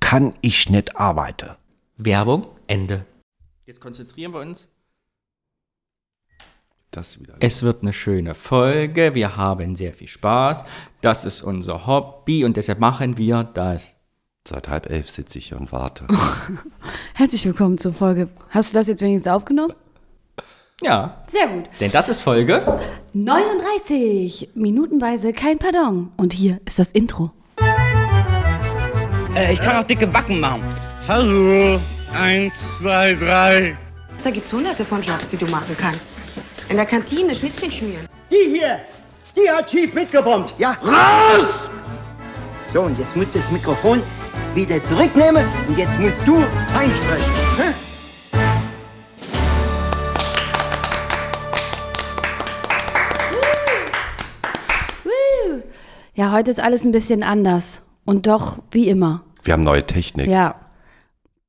kann ich nicht arbeiten. Werbung, Ende. Jetzt konzentrieren wir uns. Das wieder. Es wird eine schöne Folge. Wir haben sehr viel Spaß. Das ist unser Hobby und deshalb machen wir das. Seit halb elf sitze ich hier und warte. Herzlich willkommen zur Folge. Hast du das jetzt wenigstens aufgenommen? Ja, Sehr gut. denn das ist Folge. 39 Minutenweise kein Pardon. Und hier ist das Intro. Äh, ich kann auch dicke Backen machen. Hallo. Eins, zwei, drei. Da gibt es hunderte von Jobs, die du machen kannst. In der Kantine Schnittchen schmieren. Die hier, die hat schief mitgebombt. Ja, raus! So, und jetzt musst du das Mikrofon wieder zurücknehmen und jetzt musst du einsprechen. Hä? Woo. Ja, heute ist alles ein bisschen anders. Und doch wie immer. Wir haben neue Technik. Ja.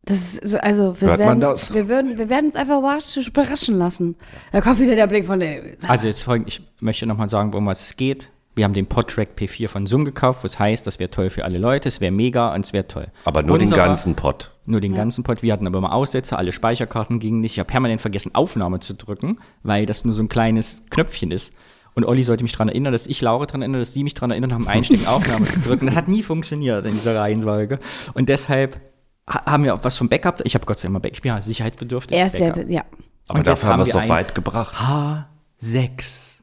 Das ist, also, wir Hört man werden, das? Wir, würden, wir werden uns einfach überrasch- überraschen lassen. Da kommt wieder der Blick von der. Also jetzt folgen, ich möchte nochmal sagen, worum es geht. Wir haben den Podtrack P4 von Zoom gekauft, was heißt, das wäre toll für alle Leute, es wäre mega und es wäre toll. Aber nur den Unserer- ganzen Pott. Nur den ganzen Pod. Wir hatten aber immer Aussätze, alle Speicherkarten gingen nicht. Ich habe permanent vergessen, Aufnahme zu drücken, weil das nur so ein kleines Knöpfchen ist. Und Olli sollte mich daran erinnern, dass ich Laura daran erinnere, dass sie mich daran erinnert haben, einstecken, Aufnahme zu drücken. Das hat nie funktioniert in dieser Reihenfolge. Und deshalb ha- haben wir auch was vom Backup. Ich habe Gott sei Dank mal Backup. Ich bin ja sicherheitsbedürftig. Er ist der. Ja. Aber Und jetzt dafür haben wir es haben doch wir weit gebracht. H6.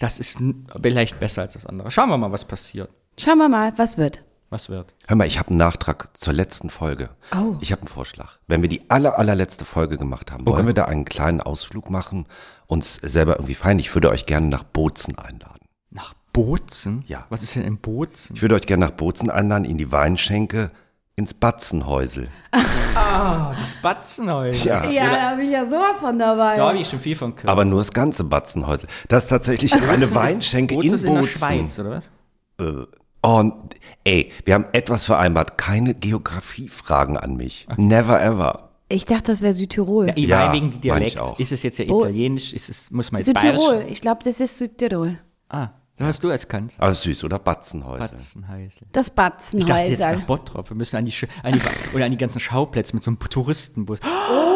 Das ist n- vielleicht besser als das andere. Schauen wir mal, was passiert. Schauen wir mal, was wird. Was wird. Hör mal, ich habe einen Nachtrag zur letzten Folge. Oh. Ich habe einen Vorschlag. Wenn wir die aller, allerletzte Folge gemacht haben, wollen wir da einen kleinen Ausflug machen? Uns selber irgendwie feiern. Ich würde euch gerne nach Bozen einladen. Nach Bozen? Ja. Was ist denn in Bozen? Ich würde euch gerne nach Bozen einladen, in die Weinschenke, ins Batzenhäusel. Das Batzen heute. Ja. Ja, da bin ich ja sowas von dabei. Da habe ich schon viel von gehört. Aber nur das ganze Batzenhäusel. Das ist tatsächlich eine Weinschenke in Bozen Bozen. ist in der Schweiz, oder was? Und ey, wir haben etwas vereinbart. Keine Geografiefragen an mich. Never ever. Ich dachte, das wäre Südtirol. Ich Ja, meine, wegen dem meine ich Dialekt. auch. Ist es jetzt ja Bo- italienisch? Ist es, muss man jetzt bayerisch? Südtirol. Ich glaube, das ist Südtirol. Ah, das hast du als kannst. Aber süß, oder? Batzenhäusel. Batzenhäusel. Das Ich dachte jetzt Batzenhäuser. nach Bottrop. Wir müssen an die, Sch- an die, oder an die ganzen Schauplätze mit so einem Touristenbus. Oh!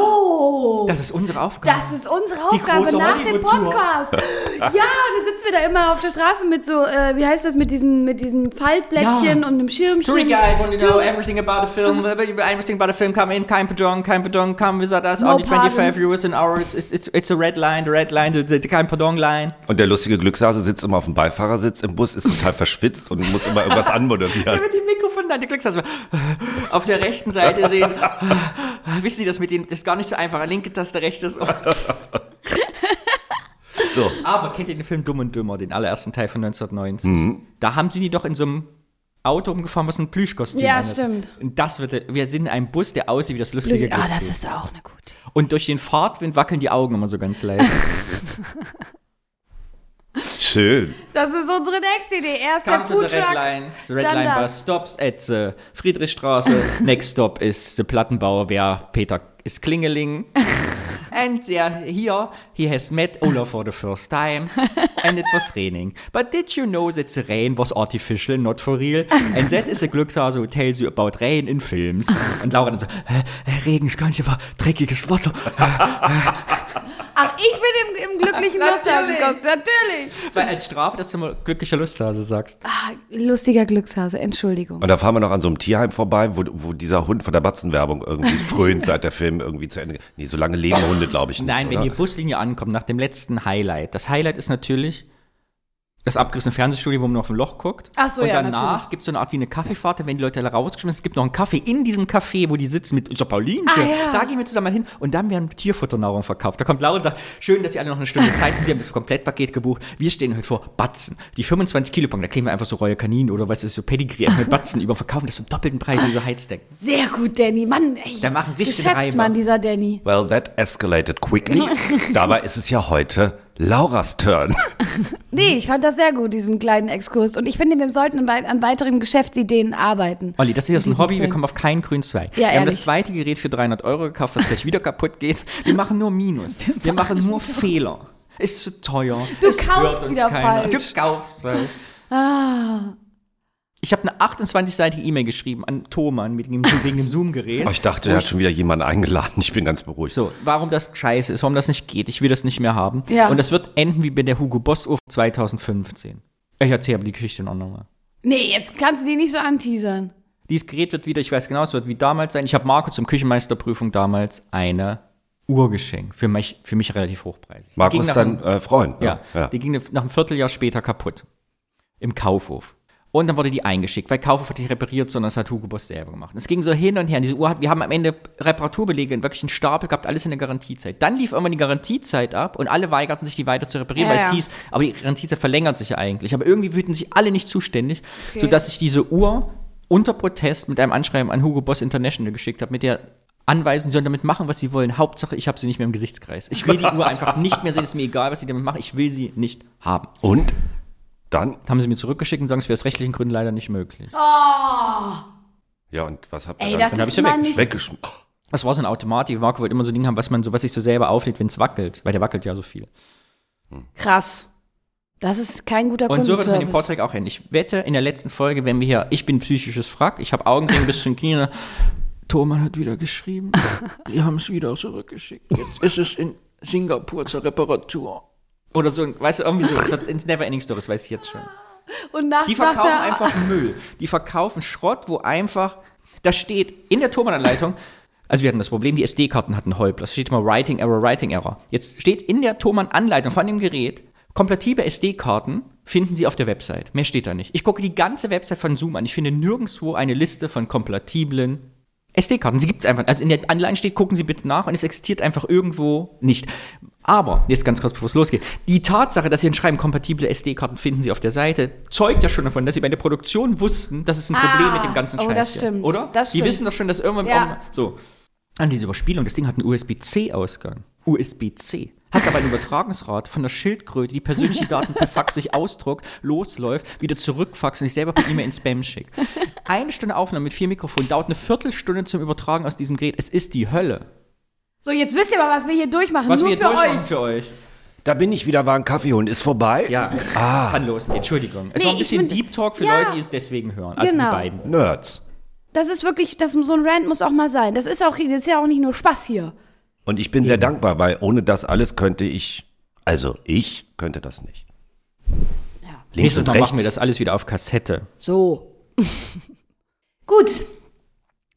Das ist unsere Aufgabe. Das ist unsere Die Aufgabe große nach dem Hollywood-Tour. Podcast. ja, und dann sitzen wir da immer auf der Straße mit so, äh, wie heißt das, mit diesen, mit diesen Faltblättchen Ja. und einem Schirmchen. Tour Guide, want to know Tour- everything about the film, everything about the film, come in, kein Pardon, kein Pardon, come visit us, No only 25 pardon. euros an hour, it's, it's, it's a red line, the red line, the, the, the kein Pardon line. Und der lustige Glückshase sitzt immer auf dem Beifahrersitz im Bus, ist total verschwitzt und muss immer irgendwas anmoderieren. Mit dem Mikrofon an die Glückshase. Auf der rechten Seite sehen. Wissen Sie, das mit dem das ist gar nicht so einfach. Linke Taste, rechtes Ohr. So. Aber kennt ihr den Film Dumm und Dümmer, den allerersten Teil von 1990? Da haben sie die doch in so einem Auto umgefahren, was ein Plüschkostüm Ja, an ist. stimmt. Und das wird, wir sind in einem Bus, der aussieht wie das lustige Ah, Glückshase. das ist auch eine gute. Und durch den Fahrtwind wackeln die Augen immer so ganz leicht. Schön. Das ist unsere nächste Idee. Erst Come der to the Red Foodtruck, Line. The Red dann Line das. Bus stops at the Friedrichstraße. Next stop is the Plattenbauer. Wer Peter ist Klingeling. And they are here. He has met Ola for the first time. And it was raining. But did you know that the rain was artificial, not for real? And that is a Glückshase who tells you about rain in films. Und Laura dann so, "Hä, hä, Regen ist gar nicht, aber dreckiges Wasser. Ach, ich bin im, im glücklichen Lusthasenkost, natürlich. Weil als Strafe, dass du mal glücklicher Lusthase sagst. Ah, Lustiger Glückshase, Entschuldigung. Und da fahren wir noch an so einem Tierheim vorbei, wo, wo dieser Hund von der Batzenwerbung irgendwie fröhnt, seit der Film irgendwie zu Ende geht. Nee, so lange leben Hunde, glaube ich, nicht. Nein, wenn oder? die Buslinie ankommt, nach dem letzten Highlight. Das Highlight ist natürlich das abgerissene Fernsehstudio, wo man auf ein Loch guckt. Ach so, Und ja, danach natürlich. gibt es so eine Art wie eine Kaffeefahrt, da werden die Leute alle rausgeschmissen. Es gibt noch einen Kaffee in diesem Café, wo die sitzen mit unserer Paulinchen. Ah, ja. Da gehen wir zusammen hin und dann werden Tierfutternahrung verkauft. Da kommt Laura und sagt, schön, dass ihr alle noch eine Stunde Zeit habt. Sie haben das Komplettpaket gebucht. Wir stehen heute vor Batzen. Die 25 Kilo Packung, da kriegen wir einfach so Reue Kaninen oder was ist so Pedigree mit Batzen über und verkaufen das zum doppelten Preis in so Heizdecken. Sehr gut, Danny. Mann, ey. Der macht einen richtigen Geschäftsmann, Reiber. dieser Danny. Well, that escalated quickly. Dabei ist es ja heute Lauras Turn. Nee, ich fand das sehr gut, diesen kleinen Exkurs. Und ich finde, wir sollten bei- an weiteren Geschäftsideen arbeiten. Olli, das ist jetzt In ein diesem Hobby, wir Film. kommen auf keinen grünen Zweig. Ja, wir haben das ehrlich. zweite Gerät für 300 Euro gekauft, das gleich wieder kaputt geht. Wir machen nur Minus. Wir machen nur Fehler. Ist zu teuer. Du es kaufst hört uns wieder keiner. falsch. Du kaufst falsch. Ah. Ich habe eine 28-seitige E-Mail geschrieben an Thomann mit dem, wegen dem Zoom-Gerät. Oh, ich dachte, er hat schon wieder jemanden eingeladen. Ich bin ganz beruhigt. So, warum das scheiße ist, warum das nicht geht. Ich will das nicht mehr haben. Ja. Und das wird enden wie bei der Hugo Boss Uhr 2015. Ich erzähle aber die Geschichte noch nochmal. Nee, jetzt kannst du die nicht so anteasern. Dieses Gerät wird wieder, ich weiß genau, es wird wie damals sein. Ich habe Marco zum Küchenmeisterprüfung damals eine Uhr geschenkt. Für mich, für mich relativ hochpreisig. Die ging Markus nach dein einem- äh, Freund. ja, Ne? ja. die ging nach einem Vierteljahr später kaputt. Im Kaufhof. Und dann wurde die eingeschickt, weil Kaufhof hat die repariert, sondern das hat Hugo Boss selber gemacht. Und Es ging so hin und her. Und diese Uhr hat, wir haben am Ende Reparaturbelege in wirklich einen Stapel gehabt, alles in der Garantiezeit. Dann lief irgendwann die Garantiezeit ab und alle weigerten sich, die weiter zu reparieren, Ja, weil es ja. hieß, aber die Garantiezeit verlängert sich ja eigentlich. Aber irgendwie fühlten sich alle nicht zuständig, sodass ich diese Uhr unter Protest mit einem Anschreiben an Hugo Boss International geschickt habe, mit der Anweisung, sie sollen damit machen, was sie wollen. Hauptsache, ich habe sie nicht mehr im Gesichtskreis. Ich will die Uhr einfach nicht mehr sehen. Ist mir egal, was sie damit machen. Ich will sie nicht haben. Und dann? Haben sie mir zurückgeschickt und sagen, es wäre aus rechtlichen Gründen leider nicht möglich. Ja, und was habt ihr Ey, dann? das dann hab ist ja mal weggesch- nicht- weggeschmissen. Ach, Das war so eine Automatik. Marco wollte immer so ein Ding haben, was man so, was sich so selber auflädt, wenn es wackelt. Weil der wackelt ja so viel. Krass. Das ist kein guter Und so wird es mit dem Kundenservice. Vortrag auch enden. Ich wette, in der letzten Folge, wenn wir hier, ich bin psychisches Frack, ich habe Augenringe bis zum Knie. Thomann hat wieder geschrieben, sie haben es wieder zurückgeschickt. Jetzt ist es in Singapur zur Reparatur. Oder so, ein- weißt du, irgendwie so. Das wird ins Neverending Story, das weiß ich jetzt schon. Und nachts Die macht verkaufen er- einfach Müll. Die verkaufen Schrott, wo einfach, da steht in der Thomann-Anleitung, also wir hatten das Problem, die SD-Karten hatten Holp. Das steht immer Writing Error, Writing Error. Jetzt steht in der Thomann-Anleitung von dem Gerät, kompatible SD-Karten finden Sie auf der Website. Mehr steht da nicht. Ich gucke die ganze Website von Zoom an. Ich finde nirgendwo eine Liste von kompatiblen SD-Karten. Sie gibt es einfach. Also in der Anleitung steht, gucken Sie bitte nach und es existiert einfach irgendwo nicht. Aber, jetzt ganz kurz, bevor es losgeht, die Tatsache, dass Sie entschreiben, kompatible SD-Karten finden Sie auf der Seite, zeugt ja schon davon, dass Sie bei der Produktion wussten, dass es ein Problem Ah, mit dem ganzen oh, Scheiß das hier, stimmt. Oder? Das Die stimmt. wissen doch schon, dass irgendwann... Ja. irgendwann- So. An diese Überspielung, das Ding hat einen USB-C-Ausgang. USB-C. Hat aber ein Übertragungsrad von der Schildkröte, die persönliche Daten per Fax sich ausdruckt, losläuft, wieder zurückfaxt und sich selber per E-Mail in Spam schickt. Eine Stunde Aufnahme mit vier Mikrofonen dauert eine Viertelstunde zum Übertragen aus diesem Gerät. Es ist die Hölle. So, jetzt wisst ihr mal, was wir hier durchmachen. Was Nur wir hier für durchmachen euch. für euch. Da bin ich wieder, war ein Kaffee holen. Ist vorbei? Ja, Ah. kann losgehen. Entschuldigung. Nee, Es war ein ich bisschen find- Deep Talk für Ja. Leute, die es deswegen hören. Also Genau. die beiden. Nerds. Das ist wirklich, das, so ein Rant muss auch mal sein. Das ist, auch, das ist ja auch nicht nur Spaß hier. Und ich bin sehr dankbar, weil ohne das alles könnte ich, also ich könnte das nicht. Ja. Links Nächstes und Mal rechts. machen wir das alles wieder auf Kassette. So. Gut.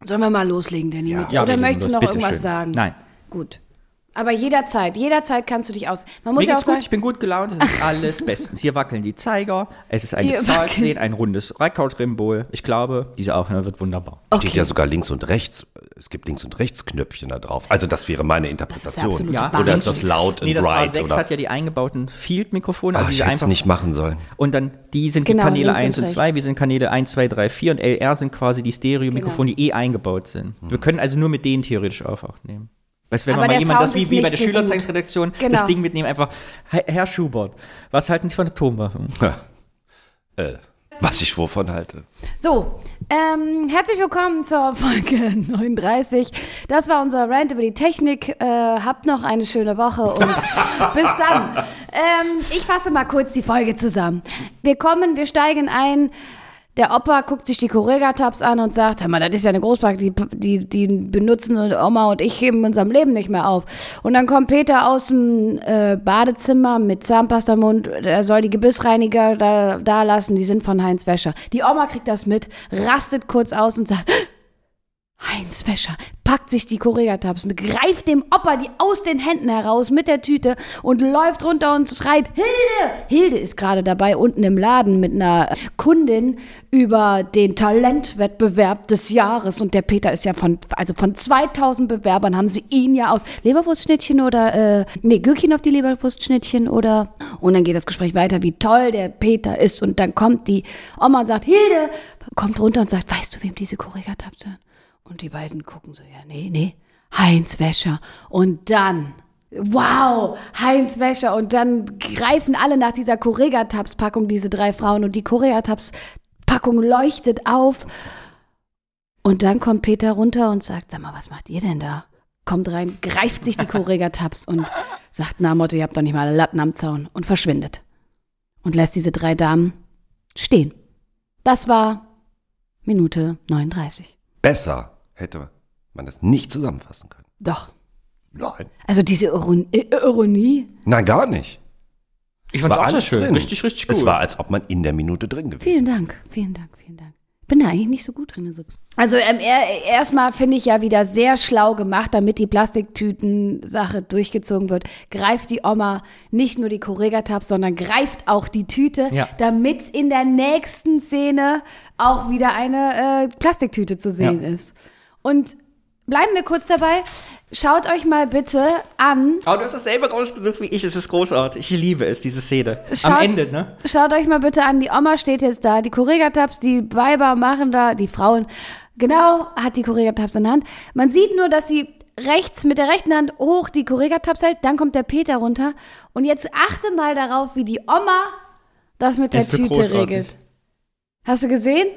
Sollen wir mal loslegen, Danny? mit, Ja, oder wir legen möchtest du los. noch Bitte irgendwas schön. sagen? Nein. Gut. Aber jederzeit, jederzeit kannst du dich aus. Man muss Mir ja auch geht's gut, sagen, ich bin gut gelaunt, es ist alles bestens. Hier wackeln die Zeiger, es ist eine Hier Zahl wackeln- zu sehen, ein rundes Reikautrymbol. Ich glaube, diese Aufnahme wird wunderbar. Steht ja sogar links und rechts. Es gibt links und rechts Knöpfchen da drauf. Also das wäre meine Interpretation. absolute Ja. oder ist das laut und Nee, das right? A6 oder? hat ja die eingebauten Field-Mikrofone, also Ach, ich diese hätte es einfach. nicht machen sollen. Und dann, die sind Genau, die Kanäle links und 1 und rechts. 2, wir sind Kanäle 1, 2, 3, 4 und LR sind quasi die Genau. Stereo-Mikrofone, die eh eingebaut sind. Wir können also nur mit denen theoretisch auch aufnehmen. Weißt du, wenn Aber wir mal der jemand, das Sound wie, ist wie bei nicht der so gut. Schülerzeitungsredaktion, das Genau. Ding mitnehmen, einfach, "Herr- Herr Schubert, was halten Sie von Atomwaffen? Äh, Was ich wovon halte. So, ähm, herzlich willkommen zur Folge 39. Das war unser Rant über die Technik. Äh, habt noch eine schöne Woche und bis dann. Ähm, ich fasse mal kurz die Folge zusammen. Wir kommen, wir steigen ein. Der Opa guckt sich die Correga-Tabs an und sagt, hör mal, das ist ja eine Großpack, die, die, die benutzen Oma und ich in unserem Leben nicht mehr auf. Und dann kommt Peter aus dem äh, Badezimmer mit Zahnpasta im Mund, er soll die Gebissreiniger da, da lassen, die sind von Heinz Wäscher. Die Oma kriegt das mit, rastet kurz aus und sagt, Heinz Wäscher packt sich die Korea-Tapsen, greift dem Opa die aus den Händen heraus mit der Tüte und läuft runter und schreit, Hilde! Hilde ist gerade dabei, unten im Laden mit einer Kundin über den Talentwettbewerb des Jahres. Und der Peter ist ja von, also von 2000 Bewerbern haben sie ihn ja aus Leberwurstschnittchen oder, äh, nee, Gürkchen auf die Leberwurstschnittchen oder. Und dann geht das Gespräch weiter, wie toll der Peter ist. Und dann kommt die Oma und sagt, Hilde! Kommt runter und sagt, weißt du, wem diese Korea-Tapsen gehören? Und die beiden gucken so, ja, nee, nee, Heinz Wäscher. Und dann, wow, Heinz Wäscher. Und dann greifen alle nach dieser Corega-Tabs-Packung, diese drei Frauen. Und die Corega-Tabs-Packung leuchtet auf. Und dann kommt Peter runter und sagt, sag mal, was macht ihr denn da? Kommt rein, greift sich die Corega-Tabs und sagt, na Motto, ihr habt doch nicht mal Latten am Zaun. Und verschwindet. Und lässt diese drei Damen stehen. Das war Minute 39. Besser hätte man das nicht zusammenfassen können. Doch. Nein. Also diese Iron I- Ironie. Nein, gar nicht. Ich fand's War auch sehr alles schön. drin. Richtig, richtig gut. Es war, als ob man in der Minute drin gewesen Vielen Dank, vielen Dank, vielen Dank. Ich bin da eigentlich nicht so gut drin. in so- Also ähm, er- erstmal finde ich ja wieder sehr schlau gemacht, damit die Plastiktüten-Sache durchgezogen wird. Greift die Oma nicht nur die Correga-Tabs, sondern greift auch die Tüte, Ja. damit in der nächsten Szene auch wieder eine äh, Plastiktüte zu sehen ist. Und bleiben wir kurz dabei. Schaut euch mal bitte an, Aber du hast es selber rausgesucht wie ich. Es ist großartig. Ich liebe es, diese Szene. Schaut- Am Ende, ne? Schaut euch mal bitte an, die Oma steht jetzt da, die Korregataps, die Weiber machen da, die Frauen, genau, hat die Korregataps in der Hand. Man sieht nur, dass sie rechts mit der rechten Hand hoch die Korregataps hält, dann kommt der Peter runter. Und jetzt achte mal darauf, wie die Oma das mit der Es ist so Tüte großartig. regelt. Hast du gesehen?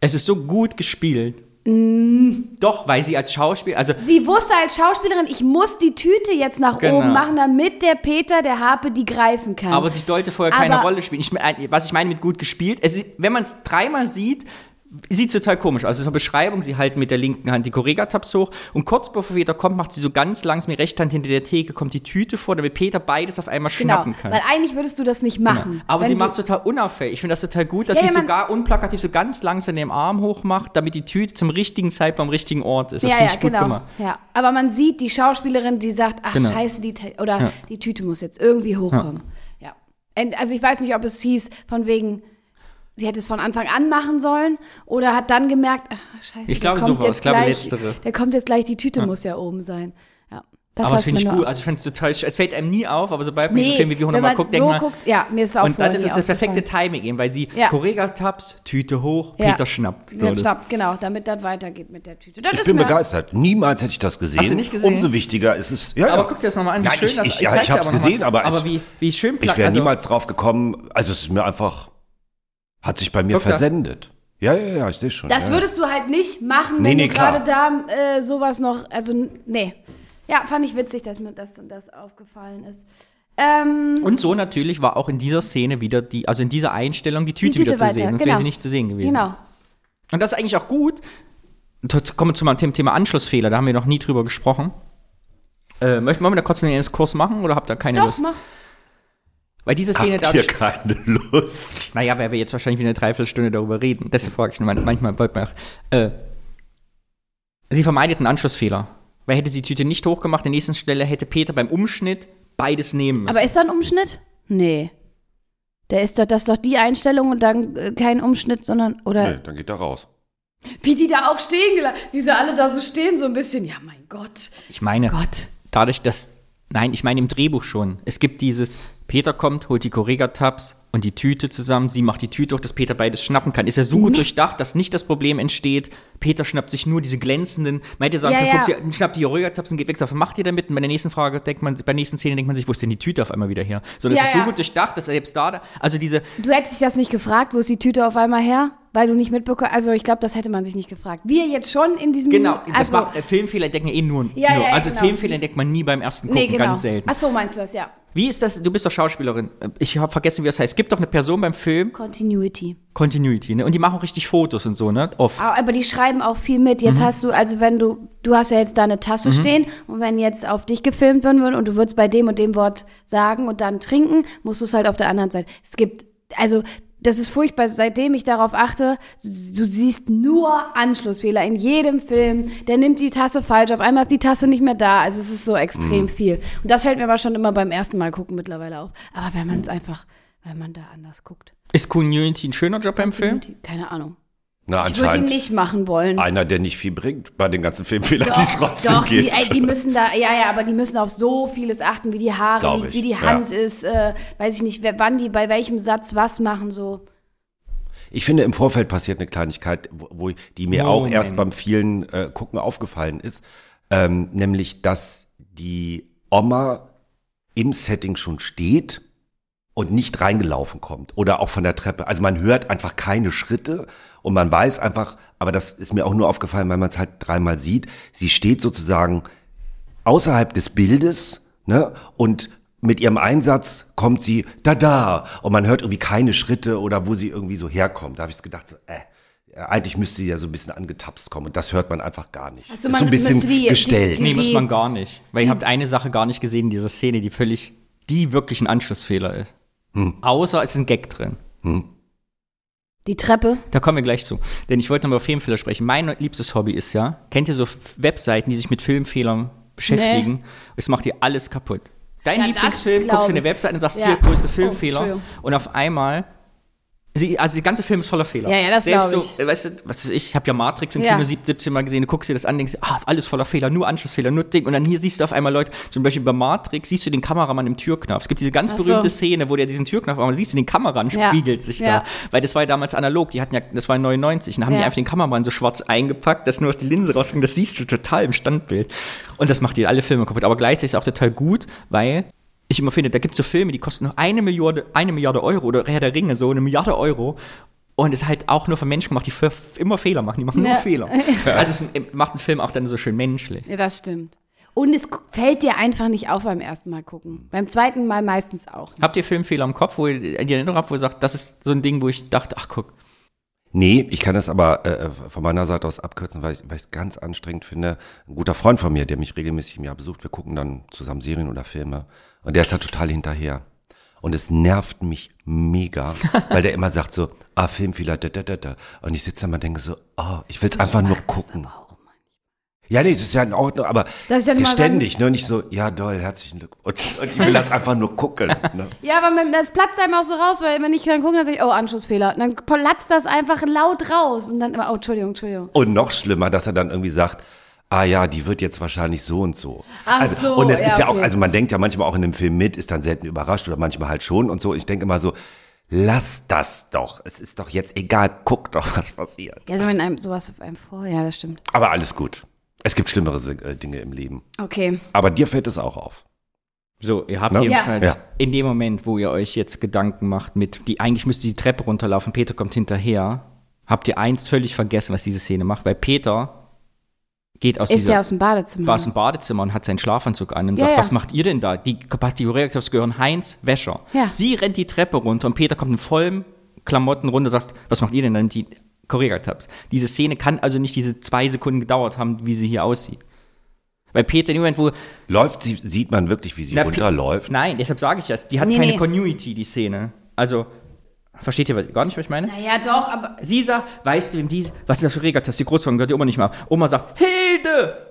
Es ist so gut gespielt. Mm. Doch, weil sie als Schauspiel, also Sie wusste als Schauspielerin, ich muss die Tüte jetzt nach Genau. oben machen, damit der Peter, der Harpe, die greifen kann. Aber sie sollte vorher keine Aber- Rolle spielen. Ich, mein- äh, was ich meine mit gut gespielt, es, ist- wenn man es dreimal sieht, sieht es total komisch aus. Also so eine Beschreibung, sie halten mit der linken Hand die Correga-Tabs hoch und kurz bevor Peter kommt, macht sie so ganz langsam mit der rechten Hand hinter der Theke, kommt die Tüte vor, damit Peter beides auf einmal genau, schnappen kann. weil eigentlich würdest du das nicht machen. Aber Wenn sie du- macht es total unauffällig. Ich finde das total gut, dass Ja, sie ja, es man- sogar unplakativ so ganz langsam den Arm hoch macht, damit die Tüte zum richtigen Zeitpunkt am richtigen Ort ist. Das ja, finde ja, ich gut genau. gemacht. Ja. Aber man sieht die Schauspielerin, die sagt, ach Genau. scheiße, die Te- oder Ja. die Tüte muss jetzt irgendwie hochkommen. Ja. Und also ich weiß nicht, ob es hieß, von wegen, sie hätte es von Anfang an machen sollen oder hat dann gemerkt, ach scheiße, Ich glaube, der so kommt war's. jetzt Ich glaube, gleich, letztere. der kommt jetzt gleich, die Tüte muss ja oben sein. Ja. Das aber das weiß finde ich man gut. nur. Also ich finde es total, sch- es fällt einem nie auf, aber sobald man Nee, so Filme wie wenn 100 Mal man guckt, so denkt man, guckt, ja, mir ist auch Und dann vorher ist nie es das perfekte Timing eben, weil sie Ja. Correga-Tabs, Tüte hoch, Ja. Peter schnappt. So, Ja, das- schnappt, genau, damit das weitergeht mit der Tüte. Das Ich ist bin mir- begeistert. Niemals hätte ich das gesehen. Hast du nicht gesehen? Umso wichtiger ist es. Ja, Aber ja. guck dir das nochmal an, wie Nein, schön ich, das- ich, ich ja, zeig's ich dir habe es aber noch mal. gesehen, aber, es, Aber wie- wie schön Ich pla- wäre also- niemals drauf gekommen. Also es ist mir einfach, hat sich bei mir Guck da. versendet. Ja, ja, ja, ich sehe schon. Das ja. würdest du halt nicht machen, Nee, wenn nee, du gerade da äh, sowas noch, also n- nee. Ja, fand ich witzig, dass mir das, das aufgefallen ist. Ähm, Und so natürlich war auch in dieser Szene wieder die, also in dieser Einstellung die Tüte, Tüte wieder weiter, zu sehen, sonst genau. wäre sie nicht zu sehen gewesen. genau. Und das ist eigentlich auch gut. Dort kommen wir zu meinem Thema Anschlussfehler, da haben wir noch nie drüber gesprochen. Äh, möchten wir mal kurz einen Kurs machen oder habt ihr keine Doch, Lust? mach. Weil diese Szene Habt ihr keine Lust? Naja, weil wir jetzt wahrscheinlich wieder eine Dreiviertelstunde darüber reden. Deswegen frage ich nur, man- manchmal bald mal. Äh, sie vermeidet einen Anschlussfehler. Weil hätte sie die Tüte nicht hochgemacht, an der nächsten Stelle hätte Peter beim Umschnitt beides nehmen müssen. Aber ist da ein Umschnitt? Nee. Der ist doch, das ist doch die Einstellung und dann äh, kein Umschnitt, sondern, oder? Nee, dann geht er raus. Wie die da auch stehen, gela- wie sie alle da so stehen, so ein bisschen, ja mein Gott. ich meine, Gott. dadurch, dass. Nein, ich meine im Drehbuch schon. Es gibt dieses: Peter kommt, holt die Correga-Tabs und die Tüte zusammen. Sie macht die Tüte hoch, dass Peter beides schnappen kann. Ist ja so gut Mist. durchdacht, dass nicht das Problem entsteht. Peter schnappt sich nur diese glänzenden. Man hätte sagen Ja, können, ja. funktioniert- schnappt die Correga-Tabs und geht weg. Was macht ihr damit? Und bei der nächsten Frage denkt man, bei der nächsten Szene denkt man sich, wo ist denn die Tüte auf einmal wieder her? So, das Ja, ist so ja. gut durchdacht, dass selbst da. Also diese. Du hättest dich das nicht gefragt, wo ist die Tüte auf einmal her? Weil du nicht mitbekommen, also ich glaube, das hätte man sich nicht gefragt. Wir jetzt schon in diesem Genau, das also, macht, äh, Filmfehler entdecken ja eh nur. Ja, nur. ja, ja, also genau. Filmfehler entdeckt man nie beim ersten Gucken, Nee, genau. ganz selten. Ach so, meinst du das, ja. Wie ist das? Du bist doch Schauspielerin. Ich habe vergessen, wie das heißt. Es gibt doch eine Person beim Film, Continuity. Continuity, ne? Und die machen auch richtig Fotos und so, ne? Oft. Ah, Aber die schreiben auch viel mit. Jetzt hast du, also wenn du, du hast ja jetzt da eine Tasse stehen und wenn jetzt auf dich gefilmt werden würde und du würdest bei dem und dem Wort sagen und dann trinken, musst du es halt auf der anderen Seite. Es gibt, also das ist furchtbar, seitdem ich darauf achte, du siehst nur Anschlussfehler in jedem Film. Der nimmt die Tasse falsch, auf einmal ist die Tasse nicht mehr da. Also es ist so extrem viel. Und das fällt mir aber schon immer beim ersten Mal gucken mittlerweile auf. Aber wenn man es einfach, wenn man da anders guckt. Ist Community ein schöner Job beim Film? Keine Ahnung. Na, Ich würde ihn anscheinend nicht machen wollen. einer, der nicht viel bringt bei den ganzen Filmfehlern, die es trotzdem doch, gibt. die, ey, die müssen da, ja, ja, aber die müssen auf so vieles achten, wie die Haare, glaub wie, ich, wie die ja. Hand ist, äh, weiß ich nicht, wer, wann die bei welchem Satz was machen, so. Ich finde, im Vorfeld passiert eine Kleinigkeit, wo, wo die mir auch erst beim vielen äh, Gucken aufgefallen ist, ähm, nämlich, dass die Oma im Setting schon steht und nicht reingelaufen kommt oder auch von der Treppe. Also man hört einfach keine Schritte und man weiß einfach, aber das ist mir auch nur aufgefallen, weil man es halt dreimal sieht, sie steht sozusagen außerhalb des Bildes ne? und mit ihrem Einsatz kommt sie da da und man hört irgendwie keine Schritte oder wo sie irgendwie so herkommt. Da habe ich gedacht, so, äh, eigentlich müsste sie ja so ein bisschen angetapst kommen und das hört man einfach gar nicht. Also ist man so ein bisschen müsste die- die- gestellt. Nee, Die- muss man gar nicht. Weil ihr habt eine Sache gar nicht gesehen in dieser Szene, die völlig, die wirklich ein Anschlussfehler ist. Außer es ist ein Gag drin. Hm? Die Treppe. Da kommen wir gleich zu. Denn ich wollte nochmal über Filmfehler sprechen. Mein liebstes Hobby ist ja, kennt ihr so F- Webseiten, die sich mit Filmfehlern beschäftigen? Es macht dir alles kaputt. Dein Ja, das Lieblingsfilm, glaub guckst du ich. eine Webseite und sagst, Ja. hier, größte Oh, Filmfehler. Entschuldigung. und auf einmal, sie, also der ganze Film ist voller Fehler. Ja, ja, das Selbst glaub so, äh, weißt du, was weiß ich, ich habe ja Matrix im Ja. Kino sieb- 17 Mal gesehen, du guckst dir das an, denkst, dir, ah, alles voller Fehler, nur Anschlussfehler, nur Ding. Und dann hier siehst du auf einmal Leute, zum Beispiel bei Matrix siehst du den Kameramann im Türknopf. Es gibt diese ganz Ach so. berühmte Szene, wo der diesen Türknopf, aber siehst du den Kameramann, Ja. spiegelt sich Ja. da. Weil das war ja damals analog, die hatten ja, das war in 99, und da haben Ja. die einfach den Kameramann so schwarz eingepackt, dass nur noch die Linse rausging, das siehst du total im Standbild. Und das macht dir alle Filme kaputt, aber gleichzeitig ist es auch total gut, weil ich immer finde, da gibt es so Filme, die kosten noch eine Milliarde, eine Milliarde Euro oder Herr der Ringe, so eine Milliarde Euro. Und es ist halt auch nur von Menschen gemacht, die für, immer Fehler machen. Die machen nur Ja. Fehler. Also es macht einen Film auch dann so schön menschlich. Ja, das stimmt. Und es gu- fällt dir einfach nicht auf beim ersten Mal Hm. gucken. Beim zweiten Mal meistens auch. Habt ihr Filmfehler im Kopf, wo ihr die Erinnerung habt, wo ihr sagt, das ist so ein Ding, wo ich dachte, ach guck, Nee, ich kann das aber äh, von meiner Seite aus abkürzen, weil ich weil ich es ganz anstrengend finde. Ein guter Freund von mir, der mich regelmäßig im Jahr besucht, wir gucken dann zusammen Serien oder Filme und der ist da total hinterher. Und es nervt mich mega, weil der immer sagt so, ah, Filmfehler, da, da, da, da. Und ich sitze da und denke so, oh, ich will es einfach nur gucken. Ja, nee, das ist ja in Ordnung, aber Dass ich dann mal sagen- ständig, ne? Nicht so, ja, doll, herzlichen Glückwunsch. Und ich will das einfach nur gucken. Ne? Ja, aber man, das platzt einem auch so raus, weil wenn ich dann gucke, dann sage ich, oh, Anschlussfehler. Und dann platzt das einfach laut raus. Und dann immer, oh, Entschuldigung, Entschuldigung. Und noch schlimmer, dass er dann irgendwie sagt, ah ja, die wird jetzt wahrscheinlich so und so. Ach also, so, und es ja, ist ja auch, okay. also man denkt ja manchmal auch in einem Film mit, ist dann selten überrascht oder manchmal halt schon und so. Ich denke immer so, lass das doch. Es ist doch jetzt egal, guck doch, was passiert. Ja, wenn einem sowas auf einem vor, ja, das stimmt. Aber alles gut. Es gibt schlimmere Si- äh, Dinge im Leben. Okay. Aber dir fällt es auch auf. So, ihr habt Ne? jedenfalls Ja. in dem Moment, wo ihr euch jetzt Gedanken macht mit, die eigentlich müsste die Treppe runterlaufen, Peter kommt hinterher, habt ihr eins völlig vergessen, was diese Szene macht, weil Peter geht aus Ist dieser ja aus dem Badezimmer. war aus dem Badezimmer und hat seinen Schlafanzug an und Ja, sagt, ja. was macht ihr denn da? Die Kategorieaktops gehören Heinz Wäscher. Ja. Sie rennt die Treppe runter und Peter kommt in vollen Klamotten runter und sagt, was macht ihr denn? Dann nimmt die Choreotabs. Diese Szene kann also nicht diese zwei Sekunden gedauert haben, wie sie hier aussieht. Weil Peter, in dem Moment, wo Läuft, sie, sieht man wirklich, wie sie na, runterläuft. Nein, deshalb sage ich das. Die hat Nee, keine nee. Community, die Szene. Also, versteht ihr was- gar nicht, was ich meine? Naja, doch, aber Sie sagt, weißt du, wem dies, was ist das für Regatas? Die Großfamilie gehört die Oma nicht mehr. ab. Oma sagt, Hilde!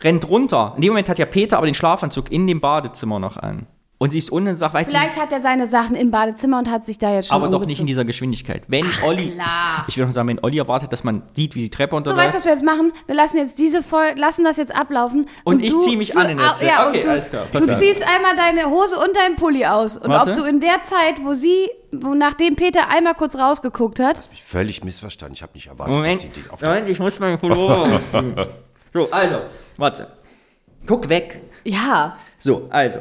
Rennt runter. In dem Moment hat ja Peter aber den Schlafanzug in dem Badezimmer noch an. Und sie ist unten und sagt, weißt vielleicht du, hat er seine Sachen im Badezimmer und hat sich da jetzt schon aber doch nicht in umgezogen. dieser Geschwindigkeit. Wenn Olli, klar. ich, ich würde noch sagen, wenn Olli erwartet, dass man sieht, wie die Treppe So, weißt unterläuft. du, was wir jetzt machen? Wir lassen jetzt diese Folge, lassen das jetzt ablaufen. Und ich du zieh mich an in der au- Zeit. Ja, Okay, und du, alles klar, pass Du auf. ziehst einmal deine Hose und deinen Pulli aus. Und Warte. ob du in der Zeit, wo sie, wo nachdem Peter einmal kurz rausgeguckt hat, Völlig missverstanden. Ich habe nicht erwartet, Moment, dass sie die auf Moment, ich muss meinen Pullover ausziehen. So, also, warte. Guck weg. ja, So, also,